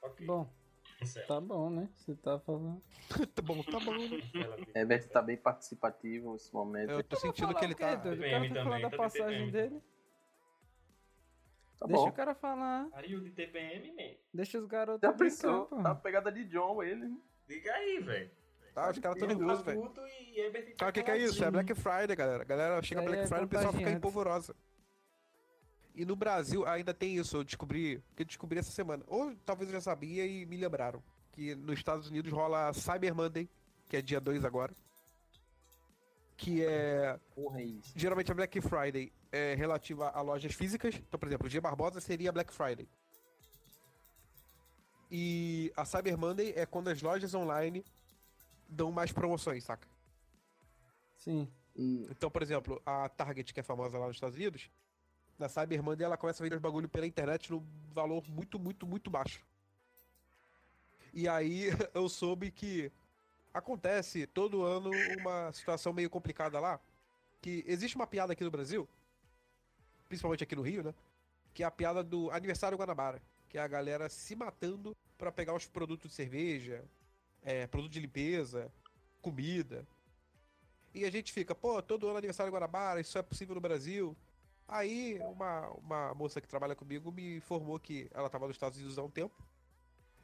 C: Ok.
A: Bom,
C: Cancela.
A: tá bom, né? Você tá falando.
D: Tá bom, tá bom. né?
C: Cancela, Vitor.
B: Herbert tá bem participativo nesse momento.
D: Eu tô sentindo que ele tá.
A: O
C: TPM
A: cara tá falando
C: também,
A: da
C: tá
A: passagem
C: TPM.
A: dele.
B: Tá
A: Deixa
B: bom.
A: o cara falar.
C: Pariu de TPM, man.
A: Deixa os garotos.
B: Já
A: brincar,
B: pensou?
A: pô.
B: Tá pegada de John ele. né?
C: Diga aí, velho.
D: Tá, os caras tão
C: Ele tá
D: nervosos, velho.
C: puto e Herbert tá
D: Sabe o que, que é isso? É
C: caladinho.
D: Black Friday, galera. Galera, chega
A: Aí
D: Black
A: é
D: Friday, o pessoal fica
A: contagiante.
D: empolvorosa. E no Brasil ainda tem isso, eu descobri, que eu descobri essa semana. Ou talvez eu já sabia e me lembraram. Que nos Estados Unidos rola Cyber Monday, que é dia 2 agora. Que é
B: Porra, é isso.
D: geralmente a Black Friday é relativa a lojas físicas. Então, por exemplo, o Dia Barbosa seria a Black Friday. E a Cyber Monday é quando as lojas online dão mais promoções, saca?
A: Sim.
B: Hum,
D: Então, por exemplo, a Target, que é famosa lá nos Estados Unidos, na Cyber Monday ela começa a vender os bagulho pela internet num valor muito, muito, muito baixo. E aí <laughs> eu soube que acontece todo ano uma situação meio complicada lá, que existe uma piada aqui no Brasil, principalmente aqui no Rio, né? Que é a piada do aniversário Guanabara, que é a galera se matando pra pegar os produtos de cerveja, é, produto de limpeza, comida. E a gente fica, pô, todo ano é aniversário de Guanabara, isso é possível no Brasil. Aí uma, uma moça que trabalha comigo me informou que ela estava nos Estados Unidos há um tempo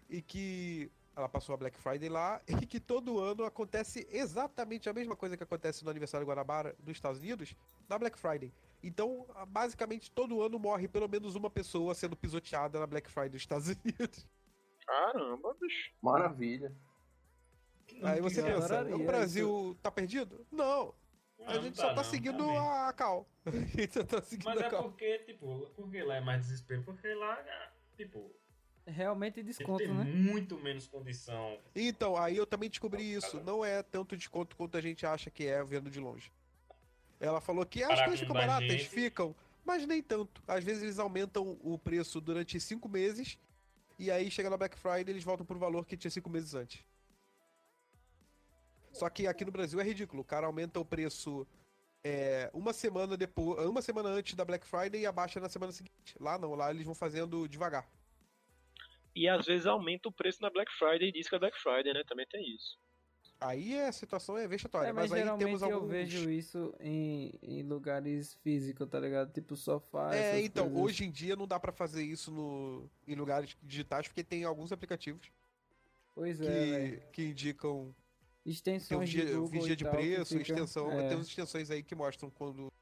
D: e que ela passou a Black Friday lá <laughs> e que todo ano acontece exatamente a mesma coisa que acontece no aniversário de Guanabara dos Estados Unidos na Black Friday. Então, basicamente, todo ano morre pelo menos uma pessoa sendo pisoteada na Black Friday dos Estados Unidos.
E: Caramba, bicho.
B: maravilha.
D: Aí você
A: que
D: pensa,
A: adoraria
D: o Brasil tá perdido? Não, a
C: Não,
D: gente
C: tá
D: só tá
C: não,
D: seguindo
C: também.
D: a Cal. <laughs> A gente só tá seguindo
C: Mas
D: a
C: é
D: Cal.
C: porque, tipo, porque lá é mais desespero, porque lá, ah, tipo,
A: Realmente
C: Ele
A: desconto,
C: tem
A: né?
C: muito menos condição.
D: Então, aí eu também descobri isso. Não é tanto desconto quanto a gente acha que é vendo de longe. Ela falou que as
C: Parar
D: coisas
C: com
D: ficam
C: da
D: baratas,
C: gente.
D: ficam, mas nem tanto. Às vezes eles aumentam o preço durante cinco meses e aí chega na Black Friday eles voltam pro valor que tinha cinco meses antes. Só que aqui no Brasil é ridículo. O cara aumenta o preço é, uma semana depois, uma semana antes da Black Friday e abaixa na semana seguinte. Lá não, lá eles vão fazendo devagar.
E: E às vezes aumenta o preço na Black Friday e diz que é Black Friday, né? Também tem isso.
D: Aí a situação é vexatória,
A: É, mas,
D: mas, aí
A: geralmente
D: temos
A: eu
D: alguns...
A: vejo isso em, em lugares físicos, tá ligado? Tipo sofá.
D: É,
A: essas
D: então,
A: coisas.
D: hoje em dia não dá pra fazer isso no, em lugares digitais, porque tem alguns aplicativos
A: Pois é, velho.
D: que, que indicam. Tem um
A: Extensões
D: dia,
A: de
D: eu
A: Google
D: vi
A: e
D: dia de
A: tal, que
D: preço,
A: fica-
D: extensão. né?
A: é.
D: Tem umas extensões aí que mostram quando,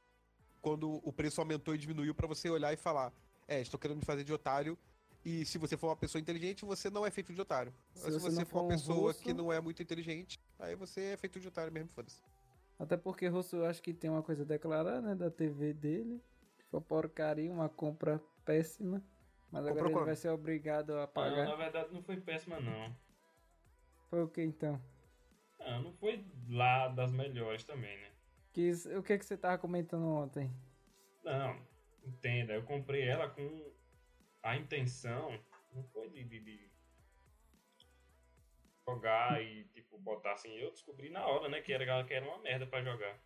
D: quando o preço aumentou e diminuiu pra você olhar e falar: É, estou querendo me fazer de otário. E se você for uma pessoa inteligente, você não é feito de otário. Mas
A: Se
D: Se,
A: você
D: você,
A: não
D: for
A: for um
D: uma pessoa
A: russo-
D: que não é muito inteligente, aí você é feito de otário mesmo, foda-se.
A: Até porque Russo eu acho que tem uma coisa a declarar, né? Da TV dele. Foi porcaria, uma compra péssima. Mas
D: Comprou
A: agora ele
D: quando?
A: vai ser obrigado a
C: Não,
A: pagar.
C: na verdade não foi péssima, não. Ah,
A: Foi o que então?
C: Não, não foi lá das melhores também, né?
A: Que isso- o que, que você tava comentando ontem?
C: Não, entenda, eu comprei ela com a intenção, não foi de, de- de jogar e tipo botar assim. Eu descobri na hora, né, que era, que era uma merda pra jogar.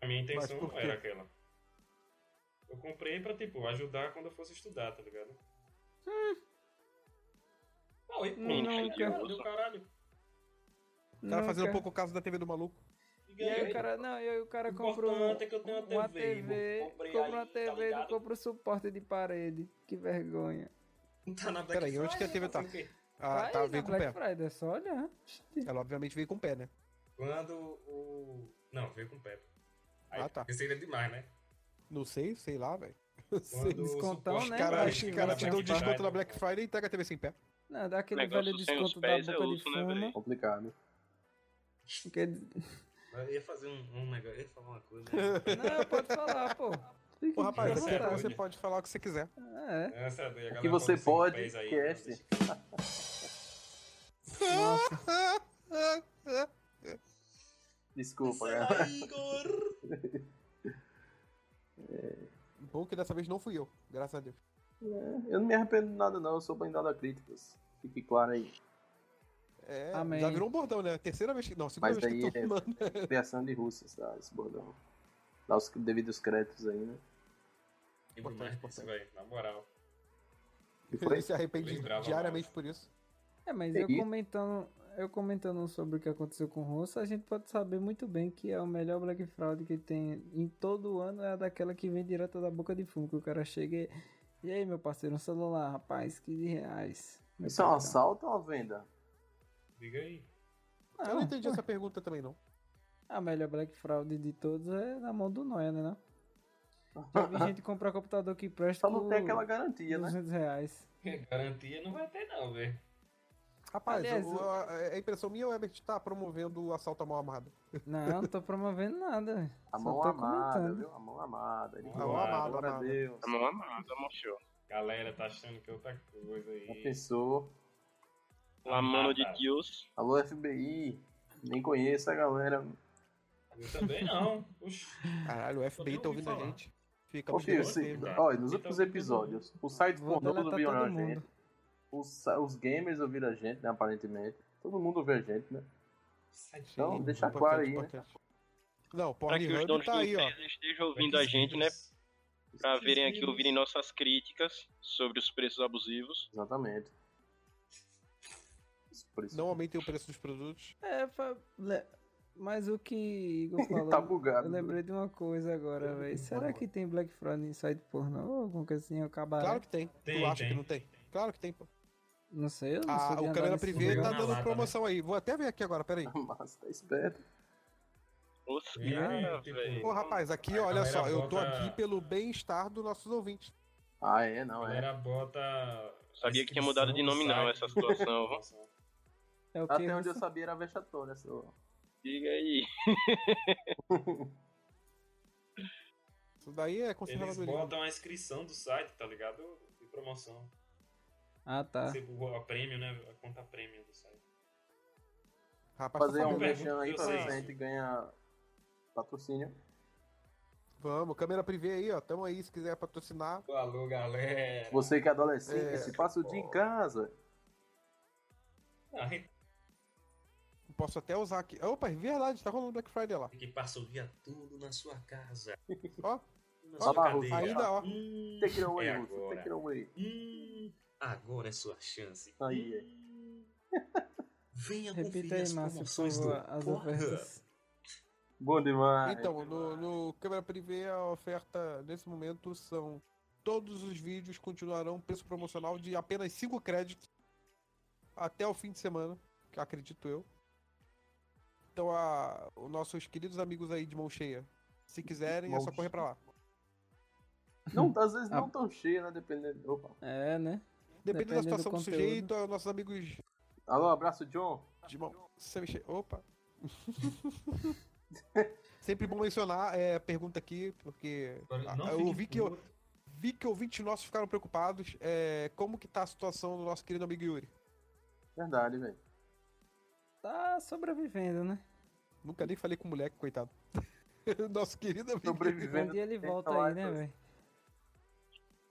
C: A minha intenção
D: por
C: não
D: quê?
C: era aquela. Eu comprei pra, tipo, ajudar quando eu fosse estudar, tá ligado?
D: Hum.
C: Não, e pronto,
A: Nunca.
C: caralho, deu caralho.
D: O cara
A: Não,
D: fazendo um
A: cara.
D: pouco caso da TV do maluco.
C: E
A: E aí
C: ganhei.
A: o cara, não, e aí o cara
C: O
A: comprou
C: importante é que eu tenho uma
A: uma
C: TV, irmão.
A: TV,
C: Comprei
A: comprou
C: aí,
A: uma
C: tá
A: TV, não
C: ligado?
A: comprou suporte de parede. Que vergonha.
C: Não tá na Black
D: Peraí, onde que a TV tá?
C: não sei o quê.
D: Ah,
A: Vai
D: tá,
A: na
D: veio com o
A: Black
D: pé.
A: Friday, é só olhar.
D: Ela obviamente veio com o pé, né?
C: Quando o. Não, veio com o Pepe. Aí,
D: Ah, tá.
C: Esse ele é demais, né?
D: Não sei, sei lá, velho. <laughs>
C: Quando o
A: Descontão,
C: suporte-
A: né?
D: Cara,
A: Vai
D: os
A: que
D: caras
A: vai
D: te
A: que vai.
D: dão desconto na Black Friday e entrega a TV sem pé.
A: Não, dá aquele
E: Negócio
A: velho
E: sem os
A: desconto da
E: pés é
A: boca de
E: osso, né,
A: fumo.
E: velho?
B: Complicado.
A: que-
C: Eu ia fazer um, um negócio, eu ia falar uma coisa.
A: Não, pode falar, pô. Fique
D: Ô, rapaz,
A: à
C: Essa
D: você,
C: é a
A: vontade.
D: você
C: bonita.
D: pode falar o que você quiser.
A: É.
C: <laughs> Essa daí, a galera
B: que você
C: falando sem
B: pode,
C: pés
E: é
C: aí,
B: esquece.
C: né?
A: Nossa,
B: Desculpa,
C: Sai
B: galera.
C: daí, Igor!
D: Bom que dessa vez não fui eu, graças a Deus.
B: Eu não me arrependo de nada, não. Eu sou blindado a críticas. Fique claro aí.
D: É,
A: Amém.
D: já virou um bordão, né? Terceira vez que. Não, segunda
B: Mas é
D: vez que
B: daí
D: eu tô falando.
B: Criação de russas, tá? Esse bordão. Dá os devidos créditos aí, né?
C: Lembro mais disso, velho, na moral.
B: E foi
D: Ele se arrepende
C: Lembrava
D: diariamente por isso.
A: é, mas
B: É
A: eu
B: isso.
A: comentando, eu comentando sobre o que aconteceu com o Russo, a gente pode saber muito bem que é o melhor Black Friday que tem em todo ano é a daquela que vem direto da boca de fumo, que o cara chega e. E aí, meu parceiro, um celular, rapaz, 15 reais. Meu
B: Isso é um
A: patrão.
B: assalto ou uma venda?
C: Diga aí.
D: eu não
A: Não,
D: entendi essa pergunta também, não.
A: Ah, A melhor Black Friday de todos é na mão do Noia, né? Não? Já vi gente comprar computador que presta
B: Só não
A: por
B: tem aquela garantia, né?
A: 200 reais.
C: É, Garantia não vai ter, não, velho.
D: Rapaz,
A: Aliás,
D: o-
A: o-
D: a, a impressão minha é o Herbert tá promovendo o assalto à mão armada.
A: Não, não tô promovendo nada. velho.
B: A
A: Só
B: mão
A: tô
B: amada,
A: comentando.
B: viu? A mão amada. Ele
C: A
B: falou,
C: mão amada,
B: Glória a
D: amada.
B: Deus.
E: A Tá mão amada, mochou.
C: Galera, tá achando que é outra coisa aí. Tá
B: Já pensou?
E: La mano Tá de
C: Amada.
E: Deus.
B: Alô, FBI. Nem conheço a galera.
C: Eu também não.
E: <laughs>
C: Oxi. é
D: Caralho, o
C: nem
D: FBI
C: ouvi
D: tá ouvindo a
C: falar.
D: gente. Fica
B: Ô, filho,
C: bom,
B: se-
C: né?
B: olha, nos
C: Então,
B: outros
C: todo
B: episódios, os sites
A: Vou
B: pornô
A: deletar
B: ouviram a
A: todo mundo.
B: é gente. Os, sa- os gamers ouviram a gente, né? Aparentemente. Todo mundo ouviu a gente, né?
C: Sai daí.
B: Então, deixa claro aí, né?
D: Não,
E: Pra que os
D: Pornhub
E: donos
D: tá
E: da
D: aí, ó.
E: empresa estejam ouvindo a gente, né? Pra verem aqui, ouvirem nossas críticas sobre os preços abusivos.
B: Exatamente. Isso Por isso. <laughs>
D: Não aumentem o preço dos produtos.
A: É, fa- le- mas o que Igor falou.
B: <laughs> tá bugado.
A: Eu lembrei de uma coisa agora, velho. Será que tem Black Friday em site pornô? Ou alguma coisa assim, eu acabaré?
D: Claro que tem.
C: Tem,
D: tu acha
C: tem.
D: que não tem? Claro que tem, pô.
A: Não sei, eu não
D: Ah,
A: sou de
D: o
A: andar
D: câmera
A: nesse
D: privê
A: lugar.
D: tá
C: na
D: dando
C: lata, né?
D: promoção aí. Vou até ver aqui agora, peraí.
B: <laughs> Mas tá esperto.
E: Ô,
C: E aí,
E: cara,
C: tipo,
E: velho.
D: Ô, rapaz, aqui,
C: A
D: olha
C: galera
D: só, eu tô
C: bota-
D: aqui pelo bem-estar dos nossos ouvintes.
B: Ah, é, não,
C: A
B: é.
C: galera bota.
E: Sabia que tinha
C: descrição
E: mudado de
C: do
E: nome, não,
C: site.
E: essa situação.
C: <laughs>
E: Vamos.
C: Nossa.
A: É o que?
B: Até onde eu
A: Russo?
B: sabia era vexatória. Só.
E: Diga aí.
D: Isso daí é
C: Eles
D: conservadorismo. é
C: botam a inscrição do site, tá ligado? De promoção.
A: Ah, tá.
C: Você- o- A prêmio, né? A conta prêmio do site.
D: Rapaz, tá tô
B: Fazer um
D: sabendo.
C: bem.
B: merchan aí
C: Eu
B: pra
C: sei
B: ver se a
C: isso.
B: gente ganha patrocínio.
D: Vamos, câmera privê aí, ó. Tamo aí, se quiser patrocinar.
C: Alô, galera.
B: Você que é adolescente,
D: É.
B: se passa o dia em casa.
C: A gente
D: Posso até usar aqui. Opa, é verdade, tá rolando Black Friday lá.
C: que passa o dia todo na sua casa.
D: Ó,
C: Na
B: Ó,
C: sua
B: Barro,
C: cadeira.
D: Tá ainda, é, ó.
C: Hum,
B: Take it away,
C: é
B: Russo. Take it
C: agora.
B: away.
C: Hum, agora é sua chance.
B: Aí, aí.
C: Hum.
D: é.
C: Venha conferir
A: Repita aí,
C: as
A: Márcio, por
C: promoções do
A: favor, as
C: Pornhub.
A: ofertas.
B: Bom
C: Ah,
B: demais.
D: então,
C: é
D: no, no câmera privê, a oferta nesse momento são. Todos os vídeos continuarão preço promocional de apenas 5 créditos até o fim de semana, que acredito eu. Então, a, os nossos queridos amigos aí de mão cheia, se quiserem, é
B: Mão
D: só correr pra lá.
B: Não, às vezes não
A: Ah.
B: tão cheio, né? Dependendo. Opa.
A: É, né?
D: Depende da
A: Dependendo do
D: situação do,
A: conteúdo.
D: sujeito, aos nossos amigos
B: Alô, abraço, John.
D: de mão. Você
A: <laughs>
D: mexer. Opa! Sempre bom mencionar é, a pergunta aqui, porque
C: Agora,
D: ah,
C: não
D: eu
C: fique
D: vi que, eu,
C: puto.
D: vi que ouvintes nossos ficaram preocupados. é, como que tá a situação do nosso querido amigo Yuri?
B: Verdade,
D: <laughs>
B: velho.
A: Tá sobrevivendo, né?
D: Nunca nem falei com o moleque, coitado. <laughs> nosso querido amigo Yuri.
A: Um
B: Sobrevivendo.
A: dia ele
B: Tem que
A: volta
B: falar
A: aí, né,
B: essas-
A: velho?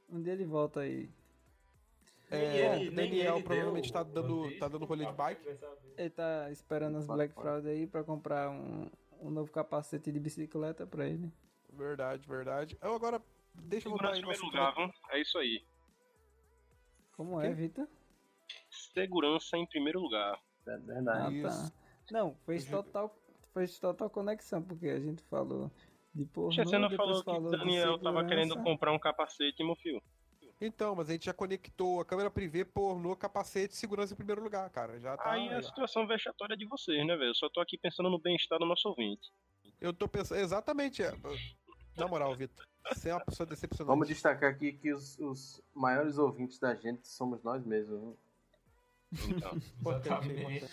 A: Um dia ele volta aí.
C: Nem
D: É,
C: ele-
D: o
C: nem
D: Daniel
C: ele
D: provavelmente
C: deu então.
D: tá dando-
C: bandeja,
D: tá dando rolê de bike.
C: vai saber.
A: Ele tá esperando as
B: Pode,
A: Black
B: pode.
A: Friday aí pra comprar um, um novo capacete de bicicleta pra ele.
D: Verdade, verdade. Eu agora. Deixa eu voltar
E: Segurança
D: aí
E: em
D: no
E: primeiro
D: assunto
E: lugar, vamos. É isso aí.
A: Como
D: Quê?
A: é, Vitor?
E: Segurança em primeiro lugar.
B: É
A: Ah,
B: verdade.
D: Isso.
A: tá. Não, fez
D: Ju-
A: total, fez total conexão, porque a gente falou de pornô,
E: Já você não
A: depois
E: falou que
A: falou
E: o
A: de
E: Daniel tava
A: segurança.
E: querendo comprar um capacete, meu filho.
D: Então, mas a gente já conectou a câmera privê, pornô, capacete, segurança em primeiro lugar, cara. Já tá.
C: Ah,
E: Aí é a situação vexatória de vocês, né, velho? Eu só tô aqui pensando no bem-estar do nosso ouvinte.
D: Eu tô pensando. Exatamente. é. Na moral, Vitor. Você é uma pessoa decepcionante.
B: Vamos destacar aqui que os, os maiores ouvintes da gente somos nós mesmos. né?
E: Então,
D: Importante,
C: Exatamente.
D: importante.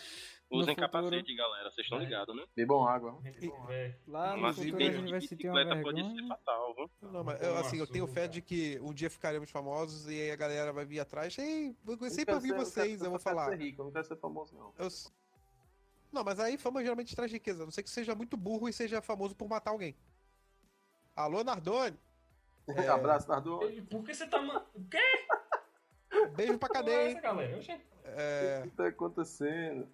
A: No
E: usem
A: futuro.
E: capacete, galera. Vocês estão
C: É.
E: ligados, né?
B: Bebam água.
C: A gente conversa.
A: Lá no
E: Mas
D: Ah, futuro
A: futuro a
D: bem
E: evento
A: gente
E: de
A: vai sentir uma
E: bicicleta pode ser
A: vergonha.
E: fatal, viu?
D: Não, mas
C: Bom
D: eu, assim, eu tenho
C: assunto,
D: fé de que um dia ficaremos famosos e aí a galera vai vir atrás. Ei, eu sempre ouvi vocês, eu vou
B: Não quero
D: falar.
B: ser rico, eu não quero ser famoso, não.
D: Eu s- Não, mas aí fama geralmente traz riqueza. A não ser que seja muito burro e seja famoso por matar alguém. Alô, Nardone? É.
B: <laughs> Abraço, Nardo.
C: Ei, Por que você tá. ma- O quê?
D: Beijo pra
C: Cadê?
D: cadeia, hein?
B: <laughs>
C: essa, galera? Oxê.
D: É,
B: O que tá acontecendo?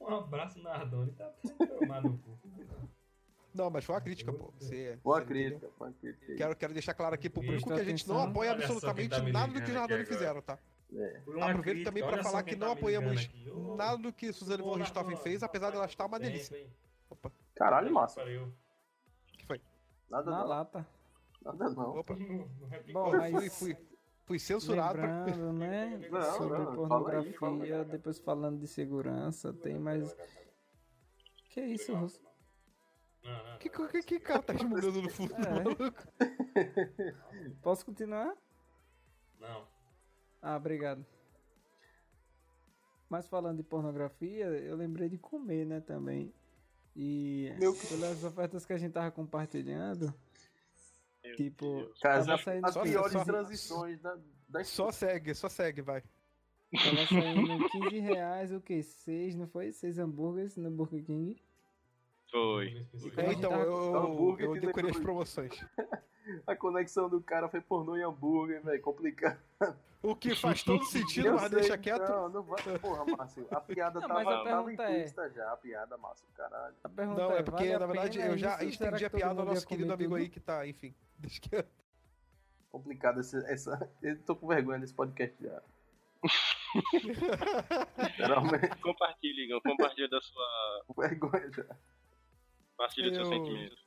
C: Um abraço na Ardone, tá tomado no cu.
D: Não, mas foi uma crítica, pô. Você,
B: Boa
D: você não entendeu.
B: crítica, boa crítica. aí.
D: Quero, quero deixar claro aqui pro
C: Presta
D: público que a gente não
A: atenção.
D: apoia
C: Olha só
D: absolutamente
C: quem tá me
D: nada do que os
C: ligando aqui agora.
D: Nardoni fizeram, tá?
C: Foi uma
D: Aproveito
C: crítica,
D: também pra
C: olha só
D: falar
C: quem
D: que não
C: me ligando
D: apoiamos
C: aqui. Ô,
D: Nada do que Suzane
C: ô,
D: von Richthofen
C: Nardone,
D: fez, apesar dela estar uma
C: tempo,
D: delícia.
C: hein?
B: Caralho, massa.
C: Pariu.
D: Que foi?
B: Nada
A: Na
B: não,
A: lata.
B: nada não.
D: Opa.
C: No- no replicou.
A: Bom,
D: Eu
A: mas-
D: fui, fui, fui censurado. pra-
A: Lembrando, né?
C: Não,
A: sobre
B: não, fala aí,
A: pornografia,
B: fala aí.
A: depois falando de segurança, tem mais. Que isso, Russo?
C: Não, não, não.
D: Que, que, que cara tá resmungando no fundo,
A: É.
D: maluco?
A: Posso continuar?
C: Não.
A: Ah, obrigado. Mas falando de pornografia, eu lembrei de comer, né, também. E pelas ofertas que a gente tava compartilhando,
E: Meu
A: tipo,
E: Deus.
B: Cara,
A: tava
B: as,
A: saindo
B: as
D: só-
B: piores
D: só-
B: transições da, da
D: Só segue, só segue, vai.
A: Tava
E: <laughs>
A: saindo 15 reais, o que? Seis, não foi? Seis hambúrgueres no Burger King.
E: Foi.
A: É,
D: É,
A: então,
D: então,
A: tá-
B: tá
D: eu,
B: hambúrguer
D: eu
B: de
D: decorei as
B: legumes.
D: promoções.
B: A conexão do cara foi pornô e hambúrguer, velho. Complicado.
D: O que faz todo sentido,
B: <laughs> Eu
D: mas
B: sei,
D: deixa quieto.
B: Não, não vai. Porra, Márcio. A piada
A: Não, mas
B: tava,
A: a
B: tava
A: pergunta é-
B: implícita já, a piada, Márcio. Caralho.
A: A pergunta
D: Não, é
A: vale
D: porque,
A: a
D: na verdade,
A: pena
D: eu já
A: isso? Será
D: estendi a
A: todo
D: piada ao
A: mundo ia
D: nosso querido
A: comer
D: amigo
A: tudo?
D: aí que tá, enfim. Deixa <laughs> quieto.
B: Complicado esse, essa. Eu tô com vergonha desse podcast já. Geralmente,
E: <laughs> Compartilhe, Igão. Compartilha da sua.
B: com vergonha já.
E: Compartilha do seu
D: Eu-
E: sentimento.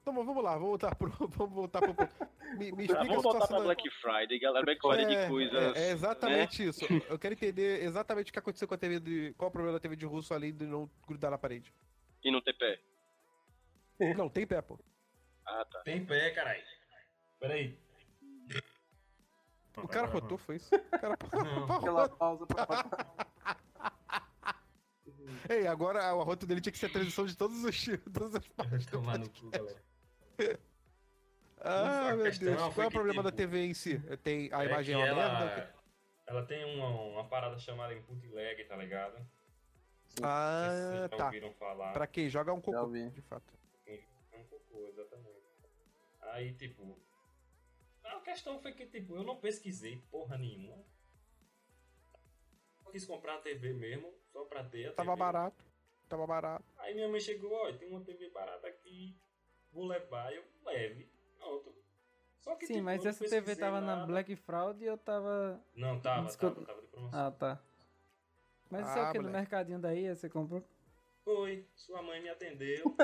D: Então, mas vamos lá, vamos voltar pro. <laughs> Vamos voltar pro. Me, me
E: Tá,
D: explica a
E: vamos voltar
D: situação.
E: pra
D: da-
E: Black Friday, galera. Black Friday
D: É,
E: de né? coisas.
D: É, é exatamente isso. Eu quero entender exatamente o que aconteceu com a TV de. Qual o problema da TV de russo além de não grudar na <laughs> parede.
E: né? E não ter pé.
D: Não, tem pé, pô.
E: Ah, tá.
C: Tem pé, caralho. Peraí.
D: O cara rotou, foi isso? O <laughs> cara
C: Não.
B: Aquela
D: rotou.
B: pausa pra
D: Ei, agora o arroto dele tinha que ser a transição de todos os todas as partes. do
C: Tomar no
D: podcast.
C: cu, galera.
D: Ah,
C: A
D: meu
C: questão
D: Deus.
C: foi
D: Qual é o
C: que,
D: problema da
C: tipo,
D: TV em si? Tem a
C: É
D: imagem
C: que
D: é uma
C: ela-
D: merda?
C: Ela tem uma, uma parada chamada input lag, tá ligado? Não sei se
D: Ah,
C: vocês já
D: tá.
C: ouviram falar.
D: Pra quem joga é um
B: Já
D: cocô,
B: ouvi.
D: de fato.
C: É um cocô, exatamente. Aí, tipo. A questão foi que, tipo, eu não pesquisei porra nenhuma. Eu quis comprar a TV mesmo, só pra ter a
D: Tava
C: TV.
D: barato. Tava barato. <laughs>
C: Aí minha mãe chegou, ó, tem uma TV barata aqui, vou levar, eu leve. Pronto. Só que,
A: Sim,
C: tipo, eu
A: mas
C: não
A: essa TV
C: pesquisei
A: tava na
C: nada.
A: Black Fraud e eu tava.
C: Não, tava,
A: Desculpa.
C: tava, tava de promoção.
A: Ah, tá. Mas isso é
D: Ah,
A: o que? No
D: moleque.
A: mercadinho daí você comprou?
C: Foi, sua mãe me
A: <laughs>
C: atendeu.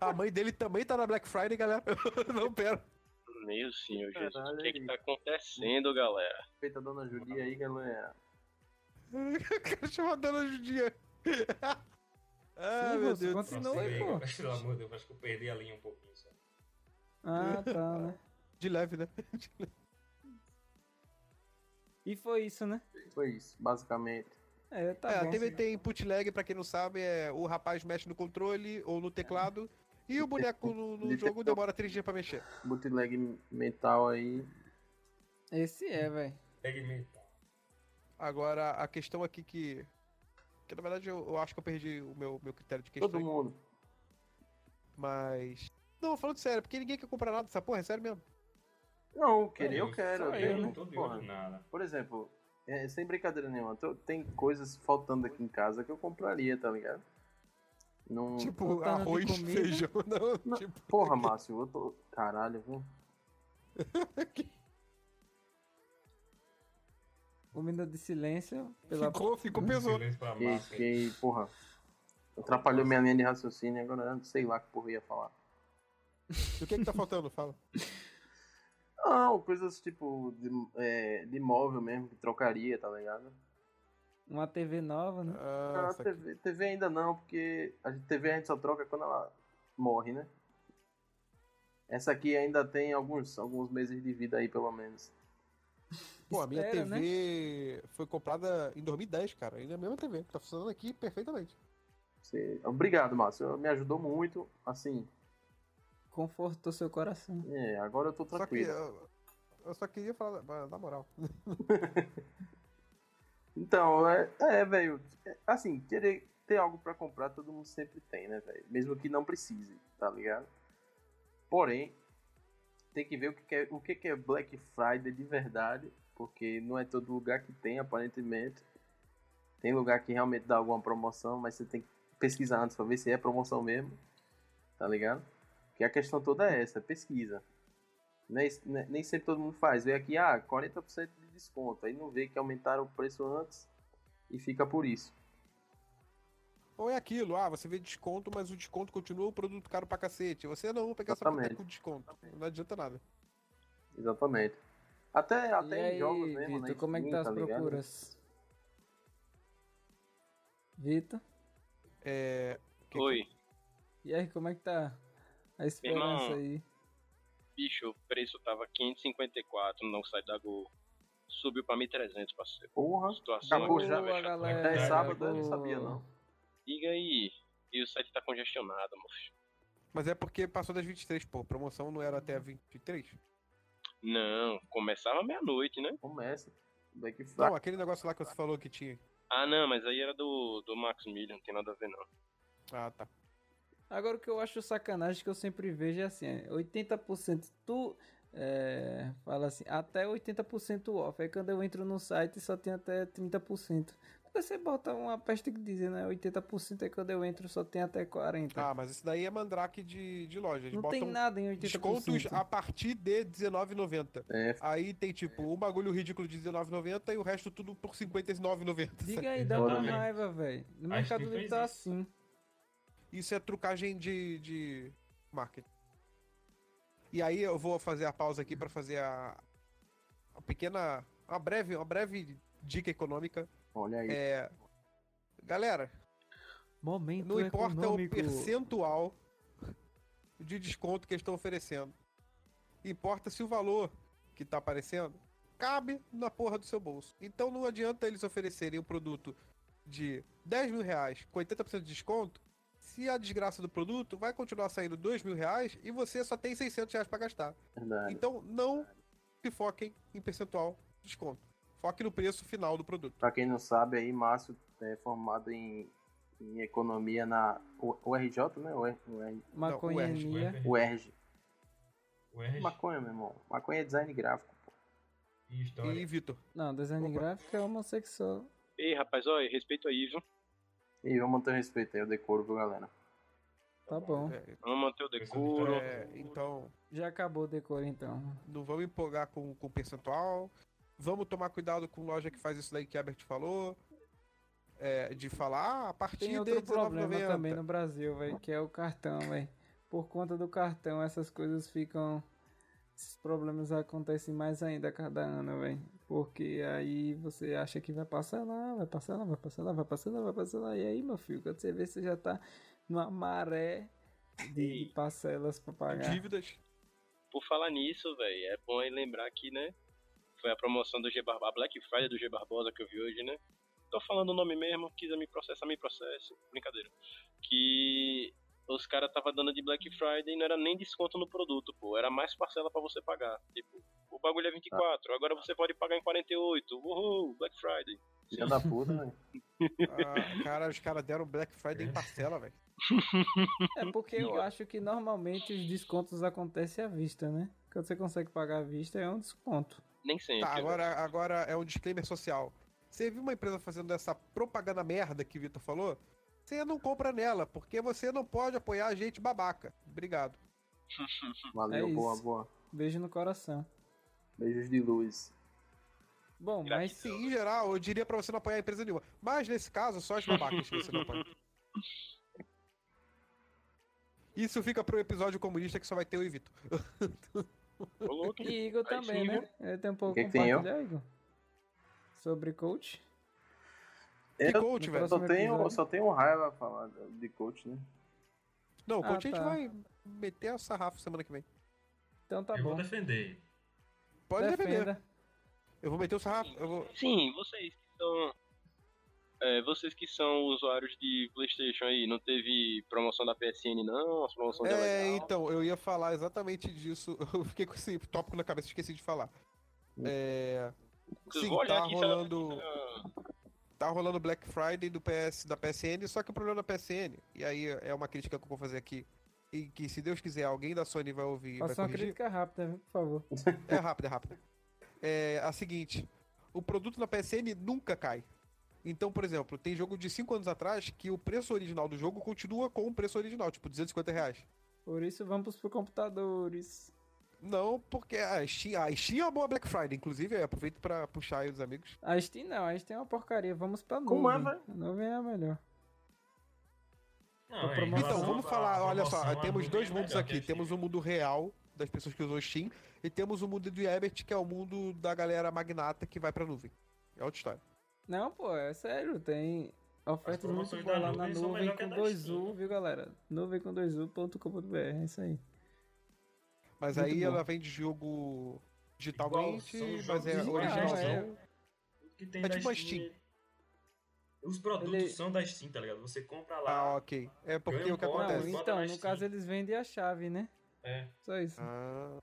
D: A mãe dele também tá na Black Friday, galera. <laughs> Não, pera.
E: Meu senhor Jesus,
B: Caralho,
E: o que que
B: aí.
E: tá acontecendo, galera?
B: Feita a dona Julia aí, é, galera.
D: O cara chama a dona <laughs> Judia. Ah,
A: Sim,
D: meu
A: você
D: Deus.
A: Continua aí,
C: Prossegui,
A: pô.
C: mas, Pelo amor de Deus, acho que eu perdi a linha um pouquinho só.
A: Ah, tá,
D: <laughs>
A: né?
D: De leve, né?
A: E foi isso, né?
B: Foi isso, basicamente.
A: É, tá
D: é,
A: bom.
D: a TV tem input lag, pra quem não sabe, é o rapaz mexe no controle ou no teclado. E o boneco no, no
B: Ele
D: jogo demora três dias pra mexer.
B: Bootleg mental aí.
A: Esse é, velho.
C: Pegue me
D: Agora, a questão aqui que. Que na verdade eu, eu acho que eu perdi o meu, meu critério de questão.
B: Todo mundo.
D: Mas. Não, falando sério, porque ninguém quer comprar nada dessa porra, é sério mesmo.
B: Não, querer eu quero.
C: Só
B: eu
C: Eu né?
B: quero,
A: né?
C: não tô de
B: porra.
C: olho em nada.
B: Por exemplo, é, sem brincadeira nenhuma, tô- tem coisas faltando aqui em casa que eu compraria, tá ligado? Não.
D: Tipo,
A: Tá na de
D: arroz,
A: comida?
D: feijão, não.
B: Não.
D: Tipo,
B: Porra, Márcio, eu tô. Caralho, viu?
A: Um minuto de silêncio pela
D: ficou, ficou pesado.
C: Silêncio pra
B: Fiquei,
C: massa.
B: fiquei, porra. Atrapalhou minha linha de raciocínio, agora eu sei lá que porra eu ia falar.
D: O que é que tá faltando? Fala.
B: Não, coisas tipo de, é, de móvel mesmo, que trocaria, tá ligado?
A: uma TV nova, né?
D: Ah,
B: Ah,
D: isso aqui.
B: TV, TV ainda não, porque a gente- TV a gente só troca quando ela morre, né? Essa aqui ainda tem alguns, alguns meses de vida aí, pelo menos.
D: Pô, a minha
A: Espera,
D: TV foi comprada em 2010, cara. Ainda é a mesma TV. Tá funcionando aqui perfeitamente.
B: Você- então, Obrigado, Márcio. Me ajudou muito. Assim,
A: Confortou seu coração.
B: é, agora eu tô
D: Só que
B: tranquilo.
D: eu, eu só queria falar, na- na moral.
B: Então, é, é velho. é, Assim, querer ter algo pra comprar, todo mundo sempre tem, né, velho? Mesmo que não precise, tá ligado? Porém, tem que ver o que, que é, o que, que é Black Friday de verdade, porque não é todo lugar que tem, aparentemente. Tem lugar que realmente dá alguma promoção, mas você tem que pesquisar antes pra ver se é promoção mesmo, tá ligado? Porque a questão toda é essa, pesquisa. Nem, nem- nem sempre todo mundo faz. Vê aqui, ah, 40% de desconto. Aí não vê que aumentaram o preço antes e fica por isso.
D: Ou é aquilo, ah, você vê desconto, mas o desconto continua o produto caro pra cacete. Você não, vou pegar essa porcaria
B: Exatamente.
D: com desconto. Não adianta nada.
B: Exatamente. Até,
A: e
B: Tá até
A: aí,
B: em jogos mesmo,
A: Vitor,
B: né?
A: como é que tá as
B: Steam, ligado?
A: procuras? Vitor?
D: Que-
E: Oi,
A: E aí, como é que tá a esperança
E: Irmão.
A: aí?
E: bicho, o preço tava 554 no site da Gol. Subiu pra 1.300, parceiro.
B: Porra.
E: Situação
B: Acabou
E: aqui
B: já,
E: tá
A: Boa,
E: fechada.
A: galera.
B: Até sábado eu
A: boa.
B: não sabia, não.
E: Diga aí. E o site tá congestionado, moço.
D: Mas é porque passou das 23, pô. Promoção não era até a 23?
E: Não, começava meia-noite, né?
B: Começa. é Black Friday.
D: Não, aquele negócio lá que você falou que tinha.
E: Ah, não, mas aí era do, do Max Miller, não tem nada a ver, não.
D: Ah, tá.
A: Agora o que eu acho sacanagem que eu sempre vejo é assim, é, 80% tu é, fala assim, até 80% off. Aí quando eu entro no site só tem até 30%. Porque você bota uma peste que diz, né? 80% é quando eu entro só tem até 40%.
D: Ah, mas isso daí é mandrake de, de loja. Eles
A: Não
D: botam
A: tem nada em 80%.
D: descontos a partir de R$19,90.
B: É,
D: Aí tem, tipo, um bagulho ridículo de R$19,90 e o resto tudo por R$59,90.
A: Diga aí, dá uma
C: Exatamente.
A: raiva, velho. No
C: A
A: Mercado
C: Steam
A: Livre
C: fez
A: tá
C: isso.
A: assim.
D: Isso é trucagem de, de marketing. E aí eu vou fazer a pausa aqui pra fazer a, a pequena... Uma breve, uma breve dica econômica.
B: olha aí.
D: É... Galera,
A: Momento
D: Não importa é
A: econômico.
D: o percentual de desconto que eles estão oferecendo. Importa se o valor que está aparecendo cabe na porra do seu bolso. Então não adianta eles oferecerem um produto de 10 mil reais com 80% de desconto se a desgraça do produto vai continuar saindo 2 mil reais e você só tem 600 reais para gastar.
B: verdade.
D: Então não se foquem em percentual de desconto. Foque no preço final do produto.
B: Pra quem não sabe, aí Márcio é formado em, em economia na U- URJ, né? UR- UR-
A: Maconhania.
C: UFR,
B: UERJ.
C: UERJ
B: Maconha, meu irmão. Maconha é design gráfico. pô.
C: e
D: E
C: História.
D: Vitor,
A: Não, design
D: Opa.
A: gráfico é homossexual.
E: Ei, rapaz, olha, respeito aí, viu?
B: E eu manter o respeito aí, eu decoro, viu, galera?
A: Tá bom.
D: é,
E: Vamos manter o decoro.
D: é, então
A: Já acabou o decor então.
D: não vamos empolgar com, com percentual. Vamos tomar cuidado com loja que faz isso daí que a Herbert falou. É, de falar a partir
A: Tem
D: de
A: outro problema também né?
D: R$19,90.
A: no Brasil, velho, que é o cartão, velho. Por conta do cartão, essas coisas ficam. Esses problemas acontecem mais ainda a cada ano, velho. Porque aí você acha que vai passar lá, vai passar lá, vai passar lá, vai passar lá, vai passar lá. E aí, meu filho, quando você vê, você já tá numa maré de
E: Ei.
A: parcelas pra pagar.
D: Dívidas.
E: Por falar nisso, velho, é bom aí lembrar que, né? Foi a promoção do G Barbosa, a Black Friday do G Barbosa que eu vi hoje, né? Tô falando o nome mesmo, quiser me processar, me processe. Brincadeira. Que os caras tava dando de Black Friday e não era nem desconto no produto, pô. Era mais parcela pra você pagar. Tipo, o bagulho é 24, agora você pode pagar em 48. Uhul, Black Friday.
B: Filha da puta, né? velho.
D: Ah, cara, os caras deram Black Friday em parcela, velho.
A: É porque eu acho que normalmente os descontos acontecem à vista, né? Quando você consegue pagar à vista, é um desconto.
E: Nem sempre.
D: Tá,
E: né?
D: agora, agora é um disclaimer social. Você viu uma empresa fazendo essa propaganda merda que o Vitor falou? Você não compra nela, porque você não pode apoiar a gente babaca. Obrigado.
B: Valeu,
A: É
B: boa,
A: isso.
B: boa.
A: Beijo no coração.
B: Beijos de luz.
A: Bom, mas
D: Sim, em geral, eu diria pra você não apoiar a empresa nenhuma. Mas nesse caso, só as babacas que você não apoia. Isso fica pro episódio comunista que só vai ter o Vitor.
E: Ô, louco.
A: E Igor
E: Aí
A: também,
E: sim,
A: né? Ele tem um pouco
B: que que tem
A: compartilhar, Igor. Sobre coach.
D: Que
B: Eu
D: coach,
A: no
D: velho.
A: próximo-
B: só tenho,
A: episódio.
B: só tenho raiva a falar de coach, né?
D: Não, o
A: Ah,
D: coach a gente
A: tá.
D: vai meter o sarrafo semana que vem.
A: Então tá
C: eu
A: bom.
C: vou defender.
D: Pode defender.
A: Defenda.
D: Eu vou meter o sarrafo. Eu vou...
E: Sim, vocês que são. é, vocês que são usuários de Playstation aí, não teve promoção da PSN não, as promoções é
D: É,
E: legal.
D: então, eu ia falar exatamente disso. <laughs> Eu fiquei com esse tópico na cabeça, esqueci de falar. É.
E: Vocês
D: Sim,
E: vão olhar
D: tá
E: aqui, será
D: rolando,
E: que-
D: tá rolando Black Friday do PS, da PSN, só que o problema da PSN, e aí é uma crítica que eu vou fazer aqui, e que se Deus quiser, alguém da Sony vai ouvir e vai
A: Faça uma
D: corrigir.
A: crítica rápida, viu, por favor.
D: É rápido, é rápido. É a seguinte: o produto na PSN nunca cai. Então, por exemplo, tem jogo de 5 anos atrás que o preço original do jogo continua com o preço original, tipo 250 reais.
A: Por isso, vamos pro computadores.
D: Não, porque a Steam, a Steam é uma boa Black Friday, inclusive, eu aproveito pra puxar aí os amigos.
A: A Steam não, a Steam é uma porcaria. Vamos pra nuvem.
B: Como é,
A: A nuvem é a melhor.
C: Não, é
A: promo-
C: em
A: Nossa,
D: Então,
C: relação
D: vamos
C: à
D: falar, olha
C: promoção,
D: só,
C: a
D: temos
C: nuvem
D: dois
C: é
D: mundos
C: melhor que
D: aqui.
C: a Steam.
D: Temos o mundo real das pessoas que usam Steam e temos o mundo do Ebert, que é o mundo da galera magnata que vai pra nuvem. É outra história.
A: Não, pô, é sério, tem ofertas muito
C: promoções da
A: boas lá na
C: nuvem são
A: nuvem
C: melhor que
A: com
C: a da
A: 2U,
C: Steam.
A: viu, galera? Nuvem com 2U.com.br, é isso aí.
D: Mas
A: Muito
D: aí
A: bom.
D: ela vem de jogo digitalmente,
C: Igual, são
D: mas é
C: jogos
D: originalzão.
A: iguais,
C: Tudo que tem
D: É
C: da
D: tipo a
C: Os produtos
A: Ele-
C: são da Steam, tá ligado? Você compra
D: Ah,
C: lá.
D: ok. É porque
C: Ganha
D: o que
C: um bônus.
A: Não,
D: acontece.
C: bota
A: então,
C: na
A: no
C: Steam.
A: caso eles vendem a chave, né?
C: É.
A: Só isso.
D: Ah,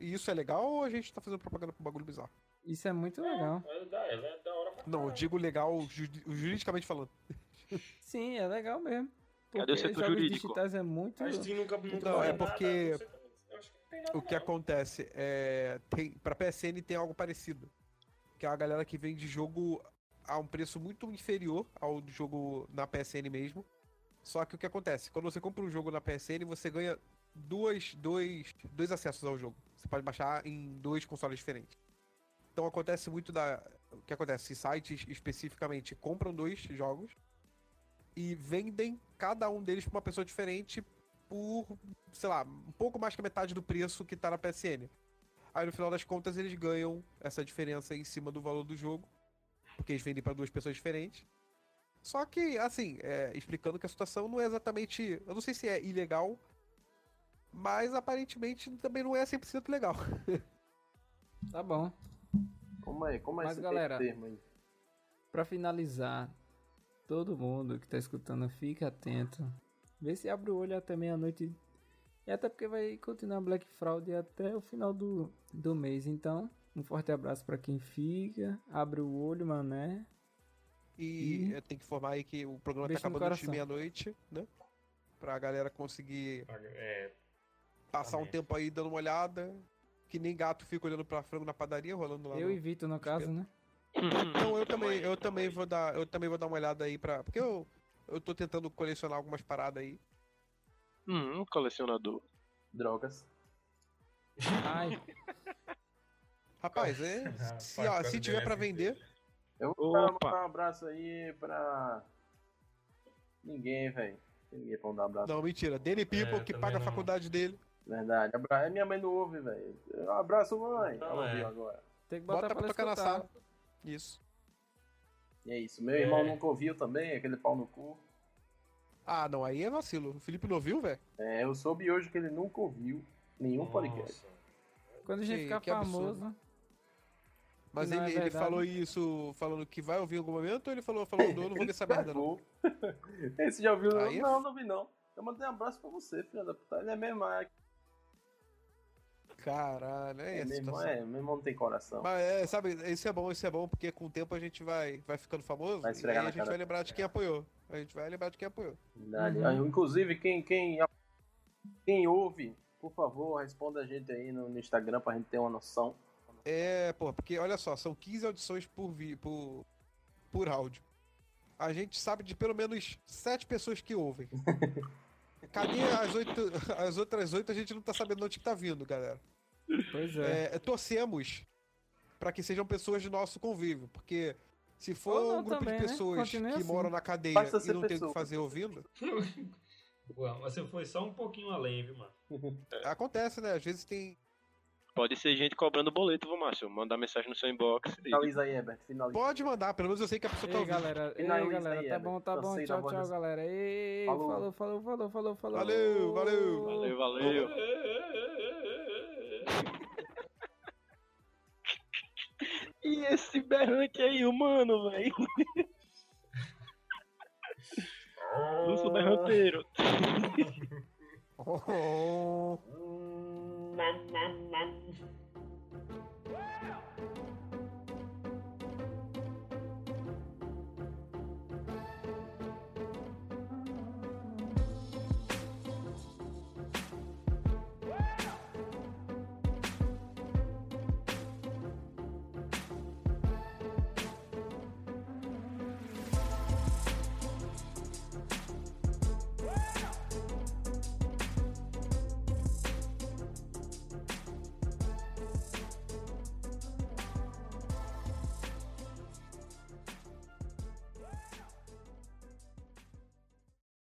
D: e isso é legal ou a gente tá fazendo propaganda pra um bagulho bizarro?
A: Isso é muito legal.
C: Ela é da, ela é da hora pra
D: Não, eu
C: caralho.
D: digo legal juri- juridicamente falando.
A: Sim, é legal mesmo.
E: Cadê o
A: Porque
E: setor
A: jogos
E: jurídico?
A: digitais é muito...
C: A Steam nunca nunca
D: Não, é
C: ganhou nada,
D: porque-
C: você também- eu acho que não tem nada,
D: O que
C: não.
D: acontece é. Tem, pra PSN tem algo parecido. Que é a galera que vende jogo a um preço muito inferior ao do jogo na PSN mesmo. Só que o que acontece? Quando você compra um jogo na PSN, você ganha duas, dois, dois acessos ao jogo. Você pode baixar em dois consoles diferentes. Então acontece muito da. O que acontece? Sites especificamente compram dois jogos e vendem cada um deles pra uma pessoa diferente por sei lá, um pouco mais que a metade do preço que tá na PSN. Aí no final das contas eles ganham essa diferença em cima do valor do jogo, porque eles vendem pra duas pessoas diferentes. Só que, assim, é, explicando que a situação não é exatamente. Eu não sei se é ilegal, mas aparentemente também não é 100% legal.
A: Tá bom.
B: Como é? Como é
A: Mas,
B: esse
A: galera,
B: termo aí?
A: Pra finalizar, todo mundo que tá escutando, fica atento. Vê se abre o olho até meia-noite E até porque vai continuar Black Friday até o final do, do mês. Então, um forte abraço pra quem fica. Abre o olho, mané.
D: E
A: Ih.
D: eu tenho que informar aí que o programa
A: Beijo
D: tá
A: Uhum. no
D: acabando antes de
A: coração.
D: meia-noite, né? Pra galera conseguir
C: É,
D: passar um
C: Exatamente.
D: tempo aí dando uma olhada. Que nem gato fica olhando pra frango na padaria, rolando lá.
A: Eu
D: no-
A: e Vitor, no caso, né?
D: Então eu
E: Tamo
D: também,
E: aí,
D: eu
E: tamo
D: também
E: aí.
D: vou dar, eu também vou dar uma olhada aí pra. Porque eu, eu tô tentando colecionar algumas paradas aí.
E: Hum, um colecionador.
B: Drogas.
A: Ai,
D: Rapaz, é.
C: <laughs> Rapaz,
D: Se, ó,
C: quase
D: se tiver pra
C: merece
D: vender,
B: Eu vou dar-
E: Opa.
B: mandar um abraço aí pra. Ninguém, velho. Tem ninguém pra mandar um abraço.
D: não, mentira. Danny People
C: É, eu
D: que
C: também
D: paga a
C: não-
D: faculdade dele.
B: Verdade. Abra... é, Minha mãe não ouve, velho. Eu Abraço, mãe.
C: Então
B: Ela
C: é.
B: ouviu agora.
A: tem que botar
D: Bota pra tocar na
A: escutar.
D: sala. Isso.
B: E é isso. Meu
C: É.
B: irmão nunca ouviu também, aquele pau no cu.
D: Ah, não, aí é vacilo. O Felipe não viu, velho?
B: É, eu soube hoje que ele nunca ouviu nenhum podcast.
C: Nossa.
A: Quando a gente
D: Que-
A: ficar
D: que absurdo.
A: famoso.
D: Mas
A: Não,
D: ele,
A: é
D: ele
A: verdade.
D: falou isso falando que vai ouvir em algum momento ou ele falou, falou, não, eu não vou ver essa
B: <laughs>
D: merda não.
B: Cagou. Esse já ouviu?
D: Aí é
B: Não, não vi não. Eu mandei um abraço pra você, filha da puta. Ele é meu irmão. É,
D: Caralho, é,
B: é,
D: essa
B: meu, irmão
D: situação.
B: é, meu irmão não tem coração.
D: Mas é, sabe, isso é bom, isso é bom, porque com o tempo a gente vai, vai ficando famoso
B: Vai
D: e
B: esfregar
D: aí a
B: na
D: gente
B: cara.
D: vai lembrar de quem apoiou. A gente vai lembrar de quem apoiou.
B: Verdade.
A: Uhum.
B: Ah, Inclusive, quem, quem, quem ouve, por favor, responda a gente aí no, no Instagram pra gente ter uma noção.
D: É, pô, porque olha só, são 15 audições por, vi, por, por áudio. A gente sabe de pelo menos 7 pessoas
B: <laughs>
D: que ouvem. Cadê as, oito, as outras 8? A gente não tá sabendo de onde que tá vindo, galera.
A: Pois é.
D: É, torcemos pra que sejam pessoas de nosso convívio, porque se for
A: Ou não
D: um grupo
A: também,
D: de
A: né?
D: pessoas
A: Continue
D: que
A: assim.
D: moram na cadeia
B: Basta
D: e
B: ser
D: não tem o
B: pessoa.
D: que fazer ouvindo,
C: Ué, mas você foi só um pouquinho além, viu, mano?
B: É.
D: acontece, né? Às vezes tem.
E: Pode ser gente cobrando boleto, viu, Márcio? Mandar mensagem no seu inbox. e-
B: Finaliza aí, Herbert. Finaliza.
D: Pode mandar, pelo menos eu sei que a pessoa tá
A: Ei,
D: ouvindo.
A: galera. Ei,
B: Finaliza
A: galera.
B: aí,
A: tá
B: Eber.
A: bom, tá bom.
B: Cansei da
A: Tchau,
B: voz
A: tchau,
B: desse-
A: galera. Ei,
B: Falou.
A: falou, falou, falou, falou, falou.
D: Valeu, valeu.
E: Valeu, valeu. E esse berrante aí, humano, velho? Eu sou berranteiro.
D: Oh. <laughs>
C: Hum, nam, nam, nam.